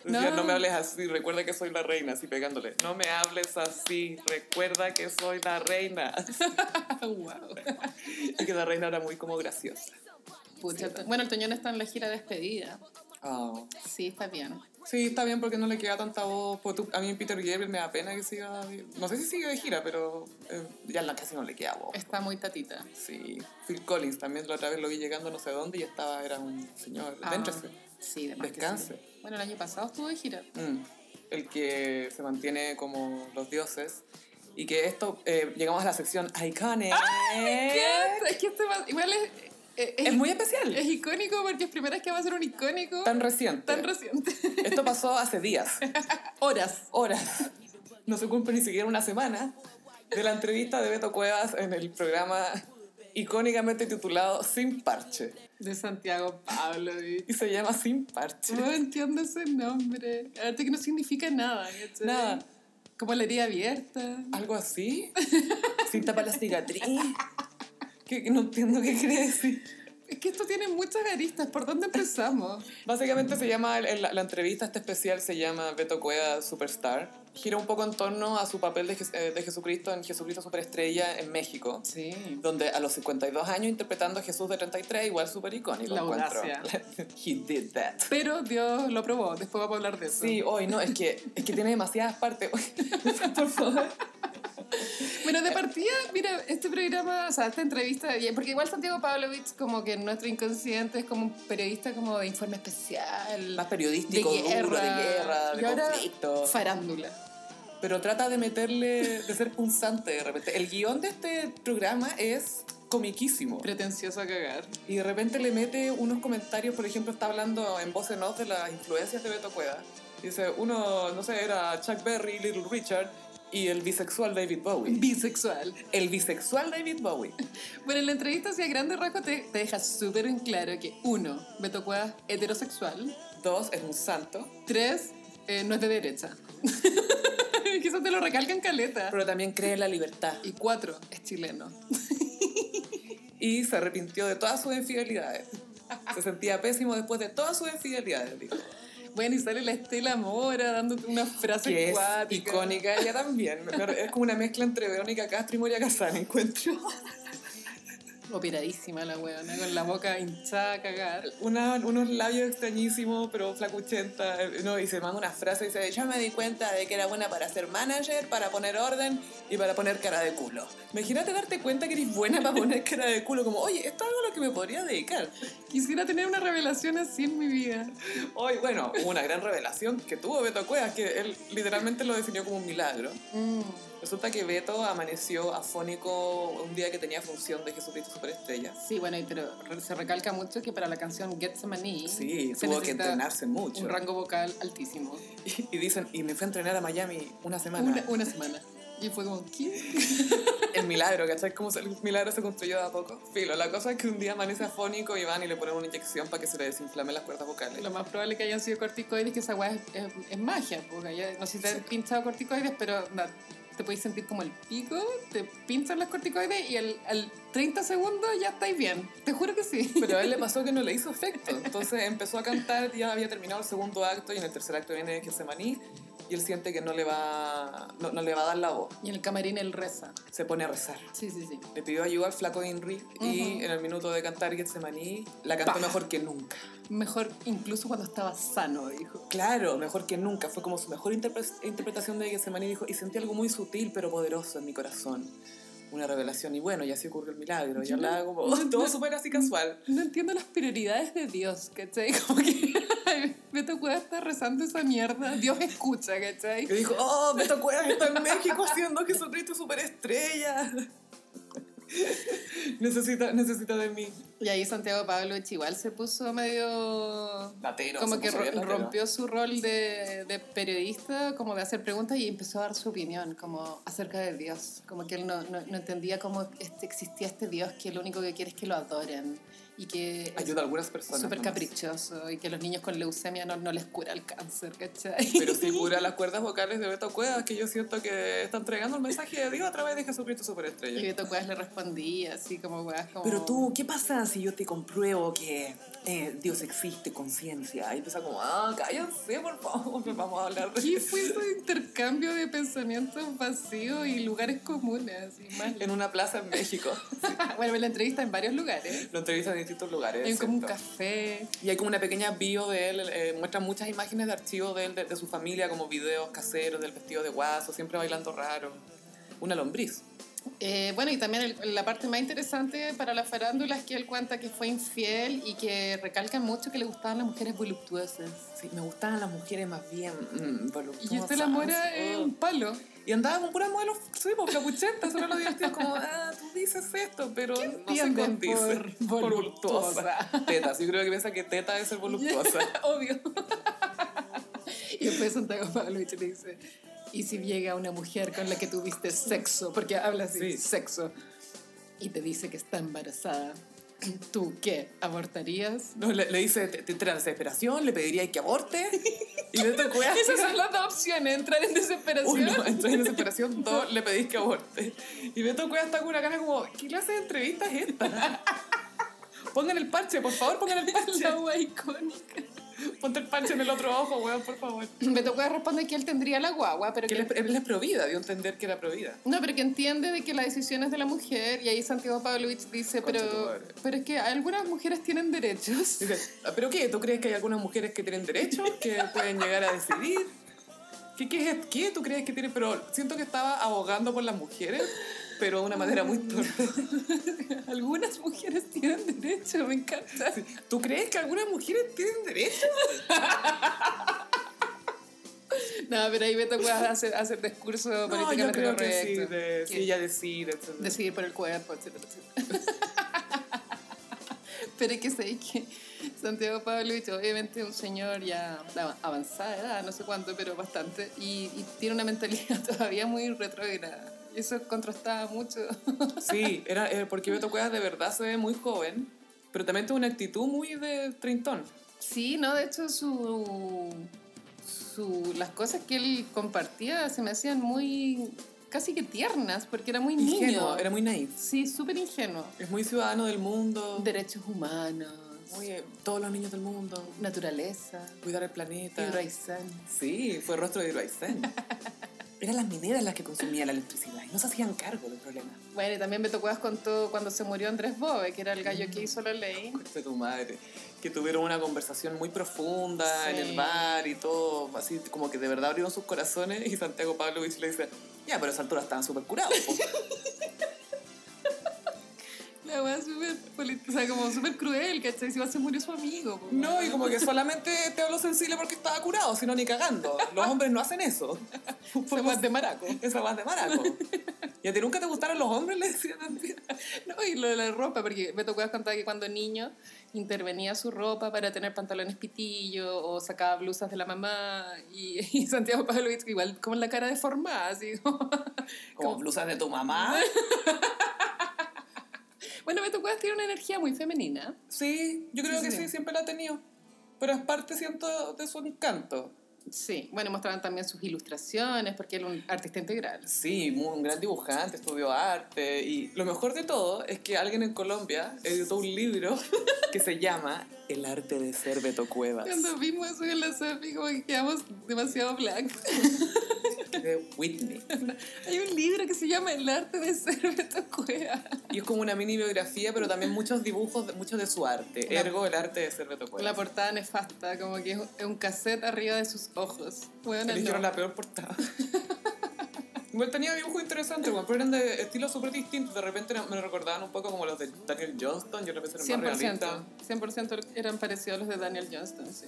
S1: Decía,
S2: No.
S1: no me hables así, recuerda que soy la reina, así pegándole. No me hables así, recuerda que soy la reina.
S2: wow.
S1: Y que la reina era muy como graciosa.
S2: Pucha, Elton- bueno, Elton John está en la gira despedida. Ah. Sí, está bien.
S1: Sí, está bien porque no le queda tanta voz. porque tú- a mí Peter Gabriel me da pena que siga... No sé si sigue de gira, pero eh, ya en la casi no le queda voz.
S2: Está muy tatita.
S1: Sí, Phil Collins también la otra vez lo vi llegando no sé dónde y estaba, era un señor.
S2: Ah,
S1: Déntrese.
S2: Sí, de más que
S1: Descanse.
S2: sí. Bueno, el año pasado estuvo de gira.
S1: Mm, el que se mantiene como los dioses. Y que esto, eh, llegamos a la sección Iconic.
S2: ¿Qué? Es que este va- igual es, eh, es,
S1: Es muy especial.
S2: es icónico porque es primera vez que va a ser un icónico tan,
S1: Tan reciente.
S2: reciente.
S1: esto pasó hace días,
S2: Horas.
S1: horas. No se cumple ni siquiera una semana de la entrevista de Beto Cuevas en el programa icónicamente titulado Sin Parche.
S2: De Santiago Pablo.
S1: Y se llama Sin Parche.
S2: No Oh, entiendo ese nombre. Aparte que no significa nada. ¿cachai?
S1: Nada.
S2: Como la herida abierta.
S1: ¿Algo así? Sin tapar la cicatriz. Que que no entiendo qué quiere decir.
S2: Es que esto tiene muchas aristas. ¿Por dónde empezamos?
S1: Básicamente se llama, el- el- la, entrevista este especial se llama Beto Cueva Superstar. Gira un poco en torno a su papel de, Jes- eh, de Jesucristo en Jesucristo Superestrella en México.
S2: Sí.
S1: Donde a los 52 años interpretando a Jesús de 33, igual súper icónico.
S2: La
S1: encuentro.
S2: audacia.
S1: He did that.
S2: Pero Dios lo probó. Después vamos a hablar de eso.
S1: Sí, hoy no, es que, es que tiene demasiadas partes. Por favor.
S2: Bueno, de partida, mira, este programa, o sea, esta entrevista, y- porque igual Santiago Pavlovich, como que en nuestro inconsciente, es como un periodista como de informe especial,
S1: Más periodístico,
S2: de guerra,
S1: duro, de guerra, de
S2: y ahora,
S1: conflicto.
S2: farándula.
S1: pero trata de meterle, de ser punzante de repente. El guión de este programa es comiquísimo.
S2: Pretencioso a cagar.
S1: Y de repente le mete unos comentarios, por ejemplo, está hablando en voz en off de las influencias de Beto Cueva. Dice, uno, no sé, era Chuck Berry, Little Richard y el bisexual David Bowie.
S2: Bisexual.
S1: El bisexual David Bowie.
S2: Bueno, en la entrevista, hacia grandes rasgos, te, te deja súper en claro que, uno, Beto Cuevas es heterosexual,
S1: Dos, es un santo,
S2: tres, eh, no es de derecha. Quizás te lo recalcan caleta.
S1: pero también cree en la libertad.
S2: Y cuatro, es chileno.
S1: Y se arrepintió de todas sus infidelidades. Se sentía pésimo después de todas sus infidelidades, dijo.
S2: Bueno, y sale la Estela Mora dándote una frase
S1: que es
S2: cuática.
S1: icónica ella también. Me- me- Es como una mezcla entre Verónica Castro y Moria Casán, encuentro.
S2: Operadísima la weona, con la boca hinchada a cagar.
S1: Una- unos labios extrañísimos, pero flacuchenta. eh, No, y se manda una frase y dice, yo me di cuenta de que era buena para ser manager, para poner orden y para poner cara de culo. Imagínate darte cuenta que eres buena para poner cara de culo, como, oye, esto es algo a lo que me podría dedicar.
S2: Quisiera tener una revelación así en mi vida.
S1: Hoy, bueno, hubo una gran revelación que tuvo Beto Cuevas, que él literalmente lo definió como un milagro.
S2: Mm,
S1: Resulta que Beto amaneció afónico un día que tenía función de Jesucristo Superestrella.
S2: Sí, bueno, y pero re- se recalca mucho que para la canción Get Some
S1: Sí,
S2: Money Mm, se
S1: tuvo que
S2: necesita
S1: entrenarse mucho.
S2: un rango vocal altísimo.
S1: Y dicen, y me fui a entrenar a Miami una semana.
S2: Una, una semana. Y fue como, ¿qué?
S1: El milagro, ¿cachai? Como se- el milagro se construyó de a poco. Filo, la cosa es que un día amanece afónico y van y le ponen una inyección para que se le desinflame las cuerdas vocales.
S2: Lo más probable que hayan sido corticoides, que esa weá es, es- es magia. Porque ya- no sé si te han pinchado corticoides, pero na, te podéis sentir como el pico, te pinchan los corticoides y al, al 30 segundos ya estáis bien. Te juro que sí.
S1: Pero a él le pasó que no le hizo efecto. Entonces empezó a cantar, ya había terminado el segundo acto y en el tercer acto viene Getsemaní y él siente que no le va, no, no le va a dar la voz.
S2: Y en el camarín él reza.
S1: Se pone a rezar.
S2: Sí, sí, sí.
S1: Le pidió ayuda al flaco Henry y
S2: Ujú.
S1: en el minuto de cantar Getsemaní la cantó
S2: Paja.
S1: mejor que nunca.
S2: Mejor incluso cuando estaba sano, dijo.
S1: Claro, mejor que nunca. Fue como su mejor interpre- interpretación de Getsemani. Dijo, y sentí algo muy sutil pero poderoso en mi corazón. Una revelación. Y bueno, y así ocurrió el milagro. Y hablaba como todo súper así casual.
S2: No entiendo las prioridades de Dios, ¿cachai? Como que Beto Cueva está rezando esa mierda. Dios escucha,
S1: Y
S2: ¿cachai?
S1: dijo, oh, Beto Cuevas está en México haciendo Jesucristo superestrella. necesita, necesita de mí.
S2: Y ahí Santiago Pablo igual se puso medio...
S1: Latero,
S2: como
S1: se
S2: que
S1: puso bien
S2: ro-
S1: latero.
S2: rompió su rol de, de periodista, como de hacer preguntas y empezó a dar su opinión, como acerca de Dios. Como que él no, no- no entendía cómo este, existía este Dios que lo único que quiere es que lo adoren y que es
S1: Ayuda a algunas personas.
S2: súper
S1: nomás.
S2: caprichoso y que los niños con leucemia no, no les cura el cáncer, ¿cachai?
S1: Pero sí cura las cuerdas vocales de Beto Cuevas, que yo siento que está entregando el mensaje de Dios a través de Jesucristo
S2: Y
S1: Superestrella.
S2: Beto Cuevas le respondía así como weas como...
S1: Pero tú, ¿qué pasa si yo te compruebo que eh, Dios existe, conciencia? Y empieza como, ah, cállense, por favor, vamos a hablar de
S2: ¿Qué fue ese intercambio de pensamientos vacíos y lugares comunes? Y más
S1: En una plaza en México.
S2: bueno, me la entrevista en varios lugares.
S1: Lo entrevistan en distintos lugares.
S2: En como un
S1: ¿cierto?
S2: café.
S1: Y hay como una pequeña bio de él, eh, muestra muchas imágenes de archivos de él, de, de su familia, como videos caseros, del vestido de guaso, siempre bailando raro. Una lombriz.
S2: Eh, bueno, y también el- la parte más interesante para la farándula es que él cuenta que fue infiel y que recalcan mucho que le gustaban las mujeres voluptuosas.
S1: Sí, me gustaban las mujeres más bien mm, voluptuosas.
S2: Y este la mora es
S1: Oh.
S2: un palo.
S1: Y andaba con puras modelos, sí, pues capuchenta, solo lo divertido, como, ah, tú dices esto, pero no se
S2: entienden
S1: condice.
S2: por voluptuosa?
S1: Tetas, yo creo que piensa que teta es ser voluptuosa.
S2: Obvio. y después Santiago Pablo le dice, ¿y si llega una mujer con la que tuviste sexo? Porque habla así,
S1: Sí.
S2: sexo. Y te dice que está embarazada. ¿Tú qué? ¿Abortarías?
S1: No, le, le dice, te, te- transesperación, le pediría que aborte. Y no te cuidas.
S2: Esas son las dos opciones, entrar en desesperación.
S1: Uno, entonces en desesperación, dos, le pedís que aborte. Y Beto Cueva está con una cara como, ¿qué clase de entrevista es esta? Pongan el parche, por favor, pongan el
S2: La
S1: parche.
S2: wea icónica.
S1: Ponte el parche en el otro ojo, weón, por favor.
S2: Beto Cuevas responde que él tendría la guagua, pero
S1: Que
S2: que...
S1: él es- él es provida, dio a entender que era provida.
S2: No, pero que entiende de que la decisión es de la mujer y ahí Santiago Pavlovich dice,
S1: Concha tu
S2: pero,
S1: madre.
S2: pero es que algunas mujeres tienen derechos.
S1: Dice, "Ah, ¿pero qué? ¿Tú crees que hay algunas mujeres que tienen derechos, que pueden llegar a decidir? ¿Qué, qué, es- qué tú crees que tienen? Pero siento que estaba abogando por las mujeres, pero de una manera muy torpe.
S2: Algunas mujeres tienen derecho, me encanta.
S1: ¿Tú crees que algunas mujeres tienen derechos?
S2: No, pero ahí Beto Cuevas hace, hace el discurso políticamente correcto.
S1: sí, de- sí,
S2: Que-
S1: ella decide, etcétera.
S2: Decidir por el cuerpo, etcétera, etcétera. pero es que sé que Santiago Pavlovich obviamente es un señor ya de avanzada edad, no sé cuánto, pero bastante, y, y tiene una mentalidad todavía muy retrógrada. Y eso contrastaba mucho.
S1: Sí, era, eh, porque Beto Cuevas de verdad se ve muy joven, pero también tiene una actitud muy de treintón.
S2: Sí, no, de hecho su, su las cosas que él compartía se me hacían muy casi que tiernas porque era muy niño.
S1: Ingenuo, era muy naif.
S2: Sí, súper ingenuo.
S1: Es muy ciudadano del mundo.
S2: Derechos humanos,
S1: muy, eh, todos los niños del mundo.
S2: naturaleza,
S1: Cuidar el planeta.
S2: Ibraizán.
S1: Sí, fue rostro de Ibraizán. Eran las mineras las que consumían la electricidad y no se hacían cargo del problema.
S2: Bueno, y también Beto Cuevas contó cuando se murió Andrés Bove, que era el gallo que hizo la ley.
S1: Concha de tu madre. Que tuvieron una conversación muy profunda en
S2: Sí.
S1: el bar y todo, así como que de verdad abrieron sus corazones y Santiago Pablo Vich le dice, ya, pero a esa altura estaban súper curados. po".
S2: La weá súper polit- o sea, como súper cruel, ¿cachai? Si igual se murió su amigo. po,
S1: No,
S2: weón.
S1: y como que solamente te hablo sensible porque estaba curado, sino ni cagando. Los hombres no hacen eso.
S2: Esa weá es de maraco.
S1: Esa guas de maraco. ¿Y a ti nunca te gustaron los hombres? Le decían antes.
S2: No, y lo de la ropa, porque me tocó contar que cuando niño intervenía su ropa para tener pantalones pitillo o sacaba blusas de la mamá y, y Santiago Pavlovich igual con la cara deformada, así como...
S1: Como blusas de tu mamá.
S2: Bueno, Beto Cuevas tiene una energía muy femenina.
S1: Sí, yo creo
S2: Sí,
S1: que
S2: sí.
S1: sí, siempre la ha tenido. Pero es parte, siento, de su encanto.
S2: Sí, bueno, mostraban también sus ilustraciones porque era un artista integral.
S1: Sí, muy- un gran dibujante, estudió arte y lo mejor de todo es que alguien en Colombia editó un libro que se llama El arte de ser Beto Cuevas.
S2: Cuando vimos eso en la Sofi, como que quedamos demasiado blancos.
S1: De Whitney.
S2: Hay un libro que se llama El arte de ser Beto Cuevas.
S1: Y es como una mini biografía, pero también muchos dibujos, de- mucho de su arte.
S2: La-
S1: Ergo, el arte de ser Beto
S2: La
S1: Cuevas.
S2: portada nefasta, como que es un- es un cassette arriba de sus ojos. Bueno,
S1: Eligieron
S2: no.
S1: la peor portada. Igual tenía dibujos interesantes, weón, pero eran de estilos súper distintos. De repente me recordaban un poco como los de Daniel Johnston, yo lo pensé en más
S2: 100%,
S1: realista.
S2: 100% eran parecidos a los de Daniel Johnston, sí.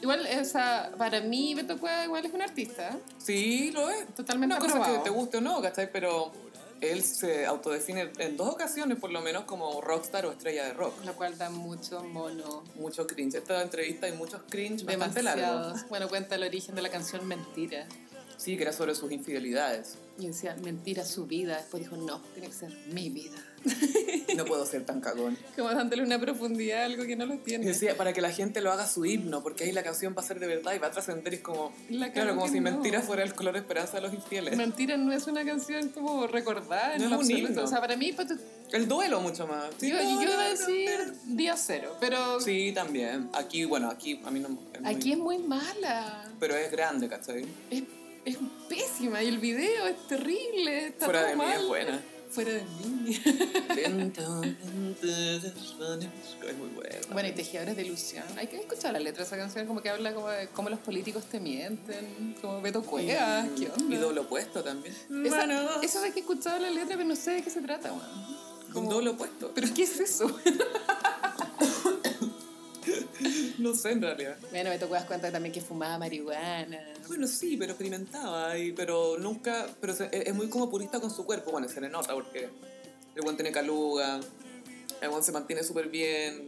S2: Igual, esa, para mí, Beto Cueva igual es un artista,
S1: Sí, lo es.
S2: totalmente
S1: Una cosa
S2: aprobado.
S1: que te guste o no, ¿cachai? Pero él se autodefine en dos ocasiones por lo menos como rockstar o estrella de rock.
S2: Lo cual da mucho mono.
S1: Mucho cringe. Esta entrevista hay muchos cringe bastante largos.
S2: Demasiados. Bueno, cuenta el origen de la canción Mentira.
S1: Sí, que era sobre sus infidelidades.
S2: Y decía, mentira su vida. Después dijo, no, tiene que ser mi vida.
S1: No puedo ser tan cagón.
S2: Como dándole una profundidad a algo que no lo
S1: Y
S2: tiene.
S1: decía, para que la gente lo haga su himno, porque ahí la canción va a ser de verdad y va a trascender. Y es como,
S2: La cara
S1: claro, como
S2: que
S1: si
S2: no.
S1: mentira fuera el color esperanza de los infieles.
S2: Mentira no es una canción como recordada,
S1: No
S2: no,
S1: es un himno.
S2: O sea, para mí, pues, tú-
S1: El duelo mucho más.
S2: yo, yo iba a decir día cero, pero
S1: Sí, también. Aquí, bueno, aquí a mí no... es muy-
S2: aquí es muy mala.
S1: Pero es grande, ¿cachai?
S2: Es, es pésima y el video es terrible. Está
S1: Fuera
S2: todo
S1: de mí
S2: mal.
S1: es buena.
S2: Fuera de mí.
S1: Lentamente desvanezco. Es muy buena. Mm,
S2: Bueno, y Tejedores de Ilusión. Hay que escuchar la letra de esa canción, como que habla como de cómo los políticos te mienten, como Beto Cuevas,
S1: Y-
S2: ¿qué onda?
S1: Y doble opuesto también.
S2: Esa-
S1: Bueno,
S2: eso de que he escuchado la letra, pero no sé de qué se trata, weón.
S1: Un doble opuesto.
S2: ¿Pero qué es eso?
S1: No sé en realidad.
S2: Bueno, Beto Cuevas cuenta también que fumaba marihuana.
S1: Bueno, sí, pero experimentaba, y, pero nunca. Pero se- e, es es muy como purista con su cuerpo. Bueno, se le nota porque el buen tiene caluga, el buen se mantiene súper bien.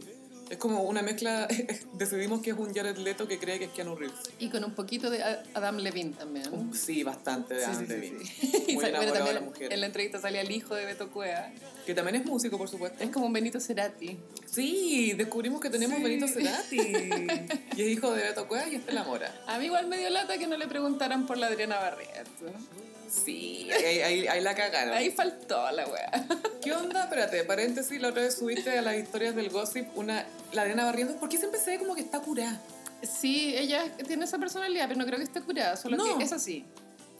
S1: Es como una mezcla. Decidimos que es un Jared Leto que cree que es Keanu Reeves.
S2: Y con un poquito de A- Adam Levine también.
S1: Sí, bastante de
S2: Sí,
S1: Adam
S2: sí, sí,
S1: Levine.
S2: sí. Y
S1: Muy
S2: sal-
S1: enamorado
S2: pero
S1: de
S2: también
S1: la mujer.
S2: en la entrevista salía el hijo de Beto Cuevas.
S1: Que también es músico, por supuesto.
S2: Es como un Benito Cerati.
S1: Sí, descubrimos que tenemos
S2: Sí.
S1: Benito Cerati. y es hijo de Beto Cuevas y Estela Mora.
S2: A mí igual me dio lata que no le preguntaran por la Adriana Barreto.
S1: Sí, ahí, ahí- ahí la cagaron.
S2: Ahí faltó la wea.
S1: ¿Qué onda? Espérate, paréntesis, la otra vez subiste a las historias del gossip una... La Adriana Barrientos, ¿por qué siempre se ve como que está curada?
S2: Sí, ella tiene esa personalidad, pero no creo que esté curada, solo
S1: No.
S2: que es así.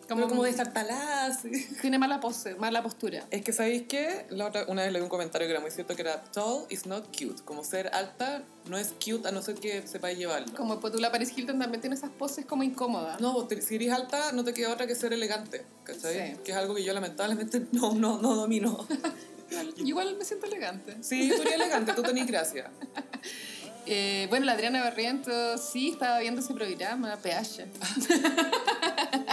S1: Como, como destartalada, así.
S2: tiene mala pose, mala postura.
S1: Es que, ¿sabéis qué? La otra, una vez leí un comentario que era muy cierto, que era tall is not cute. Como ser alta no es cute a no ser que sepáis llevarlo.
S2: Como Potula Paris Hilton también tiene esas poses como incómodas.
S1: No, vos te- si eres alta no te queda otra que ser elegante, ¿cachai?
S2: Sí.
S1: Que es algo que yo lamentablemente no, no, no domino.
S2: Igual me siento elegante.
S1: Sí, tú eres elegante, tú tenés gracia.
S2: Eh, bueno, la Adriana Barriento sí estaba viendo ese programa, PH.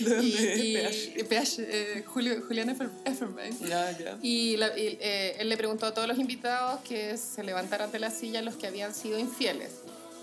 S1: ¿De dónde
S2: Y-
S1: es?
S2: y- PH, eh, Julio, Julián Effer- Efferman.
S1: Ya, ya.
S2: Y, la- y, eh, él le preguntó a todos los invitados que se levantaran de la silla los que habían sido infieles.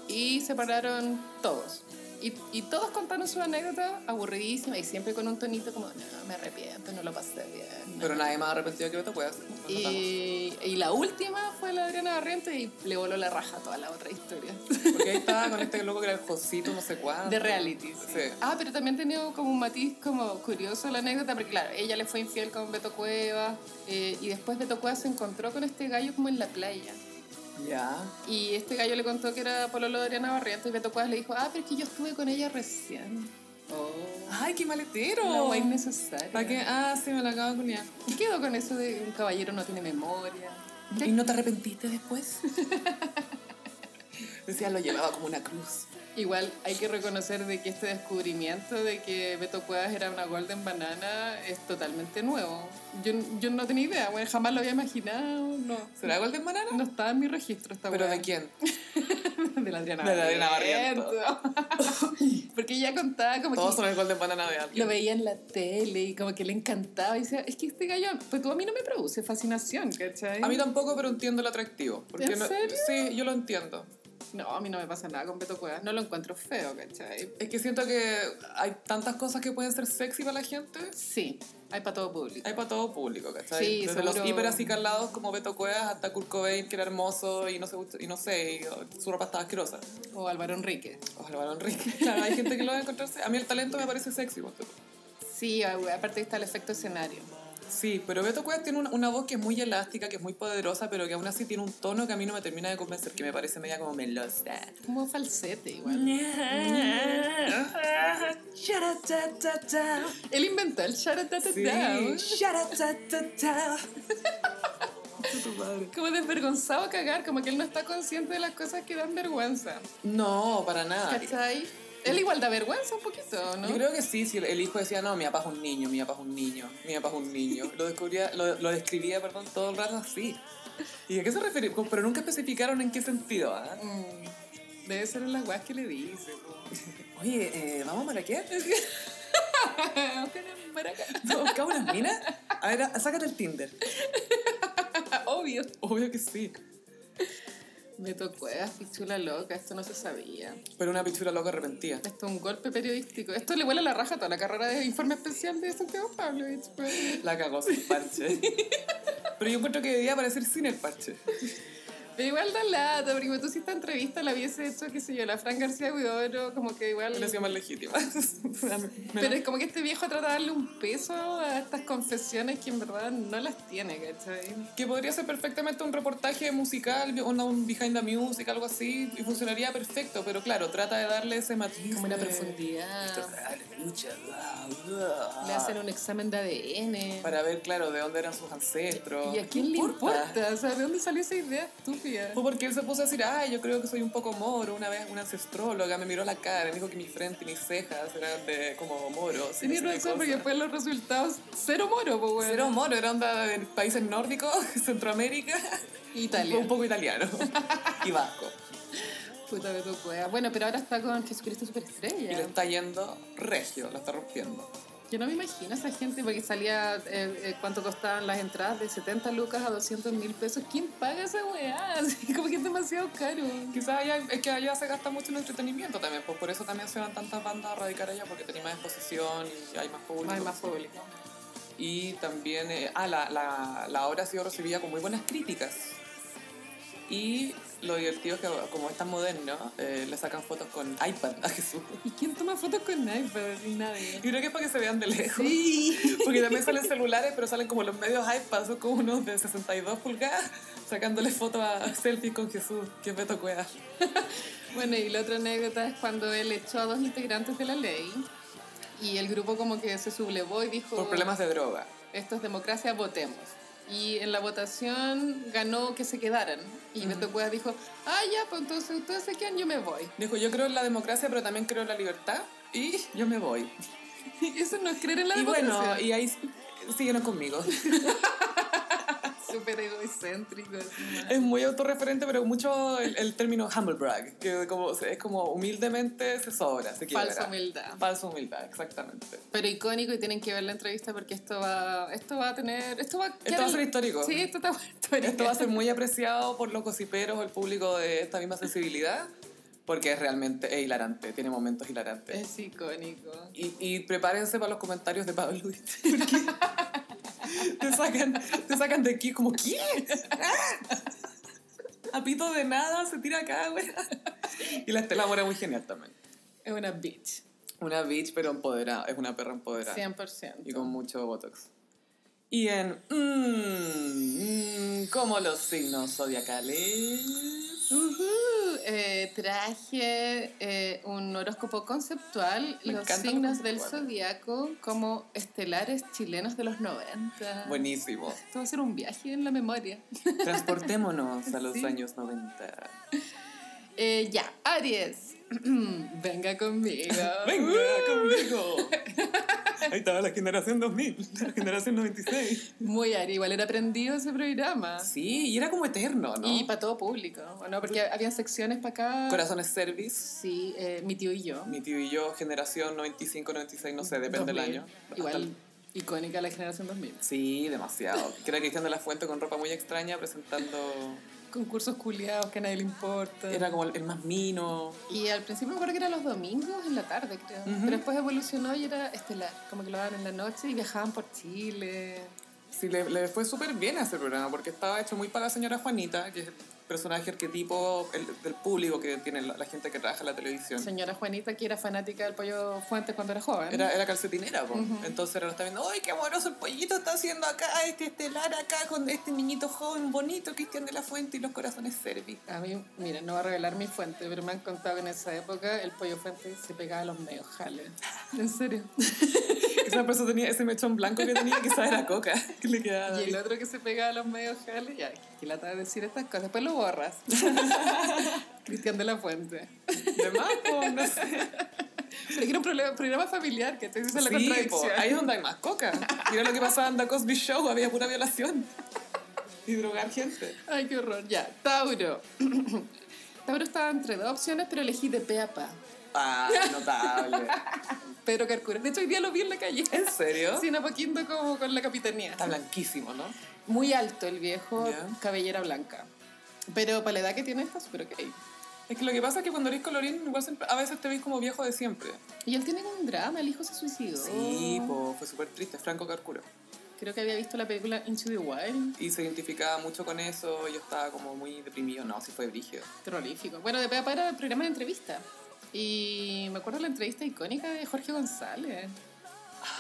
S2: Y se pararon todos. Y, y todos contaron su anécdota aburridísima y siempre con un tonito como, no, me arrepiento, no lo pasé bien.
S1: Pero nadie más arrepentido que Beto Cuevas. Nos notamos.
S2: Y, y la última fue la de Adriana Barrientos y le voló la raja a toda la otra historia
S1: Porque ahí estaba con este loco que era el Josito, no sé cuánto.
S2: de reality. sí.
S1: Sí.
S2: Ah, pero también tenía como un matiz como curioso la anécdota, porque claro, ella le fue infiel con Beto Cuevas eh, y después Beto Cuevas se encontró con este gallo como en la playa.
S1: Ya.
S2: Y este gallo le contó que era pololo de Adriana Barrientos y Beto Cuevas le dijo, ah, pero es que yo estuve con ella recién. Oh,
S1: ¡Ay, qué maletero!
S2: una guay innecesaria.
S1: ¿Para qué? Ah, sí, me la acabo de cuñar.
S2: ¿Qué quedó con eso de un caballero no tiene memoria? ¿Qué?
S1: ¿Y no te arrepentiste después? Decía, lo llevaba como una cruz.
S2: Igual hay que reconocer de que este descubrimiento de que Beto Cuevas era una golden banana es totalmente nuevo. Yo, yo no tenía idea, bueno, jamás lo había imaginado, no.
S1: ¿Será Golden Banana?
S2: No estaba en mi registro esta
S1: ¿Pero
S2: weá.
S1: de quién?
S2: De la Adriana
S1: De la Adriana
S2: Barrientos. Porque ella contaba como
S1: Todos
S2: que
S1: son el Golden Banana de alguien.
S2: lo veía en la tele y como que le encantaba y decía, es que este gallo, pues tú a mí no me produce fascinación, ¿cachai?
S1: A mí tampoco, pero entiendo el atractivo. Porque
S2: ¿En
S1: no-
S2: serio?
S1: Sí, yo lo entiendo.
S2: No, a mí no me pasa nada con Beto Cuevas, no lo encuentro feo, ¿cachai?
S1: Es que siento que hay tantas cosas que pueden ser sexy para la gente.
S2: Sí, hay para todo público.
S1: Hay para todo público, ¿cachai?
S2: Sí,
S1: Desde los
S2: seguro.
S1: hiper acicalados como Beto Cuevas hasta Kurt Cobain, que era hermoso y no sé, y no sé y oh, su ropa estaba asquerosa.
S2: O Álvaro Enrique.
S1: O Álvaro Enrique. Claro, hay gente que lo va a encontrarse. A mí el talento me parece sexy. ponte tú.
S2: Sí, a- aparte está el efecto escenario.
S1: Sí, pero Beto Cuevas tiene una, una voz que es muy elástica, que es muy poderosa, pero que aún así tiene un tono que a mí no me termina de convencer, que me parece media como melosa.
S2: Como falsete igual.
S1: Sí,
S2: Él inventó el sharatatata.
S1: sharatatata.
S2: Como desvergonzado a cagar, como que él no está consciente de las cosas que dan vergüenza.
S1: No, para nada.
S2: ¿Cachai? Él igual da vergüenza un poquito, ¿no?
S1: Yo creo que sí, si el- el hijo decía, no, mi papá es un niño, mi papá es un niño, mi papá es un niño. Lo, descubría, lo, lo describía perdón, todo el rato así. ¿Y a qué se refiere? Co- Pero nunca especificaron en qué sentido. ¿ah?
S2: Mm, Debe ser en las guas que le dice. po.
S1: Oye, eh, ¿vamos para qué? ¿Buscar unas minas? A ver, sácate el Tinder.
S2: Ah, Obvio.
S1: Obvio que sí.
S2: Me tocó, pichula loca, esto no se sabía.
S1: Pero una pichula loca arrepentida.
S2: Esto es un golpe periodístico. Esto le huele a la raja a toda la carrera de informe especial de Santiago Pablo.
S1: La cagó sin parche. Pero yo encuentro que debía aparecer sin el parche.
S2: Pero igual da lata, porque tú si esta entrevista la hubiese hecho, qué sé yo, la Fran García Huidoro, como que igual...
S1: Me lo hacía más legítima.
S2: Pero es como que este viejo trata de darle un peso a estas confesiones que en verdad no las tiene, ¿cachai?
S1: Que podría ser perfectamente un reportaje musical, una- un behind the music, algo así, y funcionaría perfecto, pero claro, trata de darle ese matiz.
S2: Como una
S1: de-
S2: profundidad.
S1: Dale, lucha, bla,
S2: Le
S1: bla.
S2: hacen un examen de ADN.
S1: Para ver, claro, de dónde eran sus ancestros.
S2: ¿Y a quién le importa? O sea, ¿de dónde salió esa idea estúpida?
S1: Fue porque él se puso a decir, ay, yo creo que soy un poco moro. Una vez una ancestróloga me miró la cara, me dijo que mi frente y mis cejas eran de como moros. y
S2: Tenía
S1: no sé qué
S2: razón, porque
S1: cosa.
S2: después los resultados, cero moro, pues, bueno.
S1: Era un moro, era onda de países nórdicos, Centroamérica,
S2: Italia.
S1: un poco italiano y vasco.
S2: Puta que tú puedas. Bueno, pero ahora está con Jesucristo
S1: Y le
S2: Superestrella.
S1: está yendo regio, la está rompiendo.
S2: Yo no me imagino a esa gente porque salía eh, eh, cuánto costaban las entradas de 70 lucas a 200 mil pesos. ¿Quién paga esa weá? Así como que es demasiado caro.
S1: Quizás allá, es que allá se gasta mucho en entretenimiento también, pues por eso también se van tantas bandas a radicar allá, porque tenía más exposición y hay más público.
S2: Más, más público.
S1: Y también, eh, ah, la, la, la obra ha sido recibida con muy buenas críticas. Y lo divertido es que, como es tan moderno, eh, le sacan fotos con iPad a Jesús.
S2: ¿Y quién toma fotos con iPad? Ni nadie.
S1: Y creo que es para que se vean de lejos.
S2: Sí.
S1: Porque también salen celulares, pero salen como los medios iPad, son como unos de 62 pulgadas, sacándole fotos a selfies con Jesús, que es Beto Cueva.
S2: Bueno, y la otra anécdota es cuando él echó a dos integrantes de la ley y el grupo como que se sublevó y dijo...
S1: Por problemas de droga.
S2: esto es democracia, votemos. Y en la votación ganó que se quedaran. Y Beto Cuevas dijo, ah, ya, pues entonces ustedes se quedan, yo me voy.
S1: Dijo, yo creo en la democracia, pero también creo en la libertad, y yo me voy.
S2: Eso no es creer en la
S1: y
S2: democracia.
S1: bueno, y ahí s- siguieron conmigo.
S2: Súper egocéntrico. así, ¿no?
S1: Es muy autorreferente, pero mucho el, el término humble brag, que como, es como humildemente se sobra, se quiebra.
S2: Falsa humildad.
S1: Falsa humildad, exactamente.
S2: Pero icónico y tienen que ver la entrevista porque esto va, esto va a tener... Esto va,
S1: Esto va a ser histórico.
S2: Sí, esto está histórico.
S1: Esto va a ser muy apreciado por los gossiperos, el público de esta misma sensibilidad, porque es realmente es hilarante, tiene momentos hilarantes.
S2: Es icónico.
S1: Y, y prepárense para los comentarios de Pablo Luis. porque Te sacan, te sacan de aquí como, ¿qué? Ah. A pito de nada, se tira acá, güey. Y la Estela Mora es muy genial también.
S2: Es una bitch.
S1: Una bitch, pero empoderada. Es una perra empoderada.
S2: 100%.
S1: Y con mucho botox. Y en. Mmm, como los signos zodiacales.
S2: Ujú, eh, traje eh, un horóscopo conceptual,
S1: Me
S2: los
S1: encantan los
S2: signos del
S1: conceptuales.
S2: zodiaco como estelares chilenos de los 90.
S1: Buenísimo.
S2: Esto va a ser un viaje en la memoria.
S1: Transportémonos a los
S2: Sí.
S1: años 90.
S2: Eh, ya, Aries, venga conmigo.
S1: Venga conmigo. Ahí estaba la generación 2000, la generación 96.
S2: Muy Aries, igual era aprendido ese programa.
S1: Sí, y era como eterno, ¿no?
S2: Y para todo público, ¿o ¿no? Porque había secciones para acá.
S1: Corazones Service,
S2: Sí, eh, mi tío y yo.
S1: mi tío y yo, generación 95, 96, no sé, depende del
S2: 2000.
S1: año.
S2: Igual icónica la generación 2000.
S1: Sí, demasiado. Que era Cristian de la Fuente con ropa muy extraña presentando.
S2: Concursos culiados que a nadie le importa.
S1: Era como el, el más mino.
S2: Y al principio me acuerdo que era los domingos en la tarde, creo.
S1: Ujú.
S2: Pero después evolucionó y era estelar. Como que lo daban en la noche y viajaban por Chile.
S1: Sí, le, le fue súper bien a ese programa porque estaba hecho muy para la señora Juanita, que es el personaje arquetipo el- del público que tiene la, la gente que trabaja en la televisión.
S2: Señora Juanita, que era fanática del pollo Fuentes cuando era joven.
S1: Era, era calcetinera, po.
S2: Ujú.
S1: entonces ahora lo está viendo, ¡ay, qué amoroso el pollito está haciendo acá, este estelar acá con este niñito joven bonito, Cristian de la Fuente y los corazones servi.
S2: A mí, mira, no va a revelar mi fuente, pero me han contado que en esa época el pollo Fuentes se pegaba a los medios jales. En serio.
S1: Esa persona tenía ese mechón blanco que tenía, quizás era coca, que le quedaba.
S2: Y el otro que se pegaba a los medios jales, ya, que lata de decir estas cosas. Después lo borras. Cristian de la Fuente.
S1: De más, po, no sé.
S2: Pero que era un problema- programa familiar, que te dice la
S1: Sí, po,
S2: contradicción.
S1: ahí es donde hay más coca. Mira lo que pasaba en The Cosby Show, había pura violación. Y drogar gente.
S2: Ay, qué horror. Ya, Tauro. Tauro estaba entre dos opciones, pero elegí de pe a pa.
S1: Ah, notable.
S2: Pedro Carcura. De hecho, hoy día lo vi en la calle.
S1: ¿En serio?
S2: Sí, en Apoquindo como con la capitanía.
S1: Está blanquísimo, ¿no?
S2: Muy alto el viejo,
S1: Ya.
S2: cabellera blanca. Pero para la edad que tiene está súper ok.
S1: Es que lo que pasa es que cuando eres colorín, igual siempre- a veces te ves como viejo de siempre.
S2: Y él tiene como un drama, el hijo se suicidó. Oh.
S1: Sí, po, fue súper triste, Franco Carcuro.
S2: Creo que había visto la película Into the Wild.
S1: Y se identificaba mucho con eso, yo estaba como muy deprimido, no, sí fue brígido.
S2: Terrorífico. Bueno, después para el programa de entrevista. Y me acuerdo la entrevista icónica de Jorge González.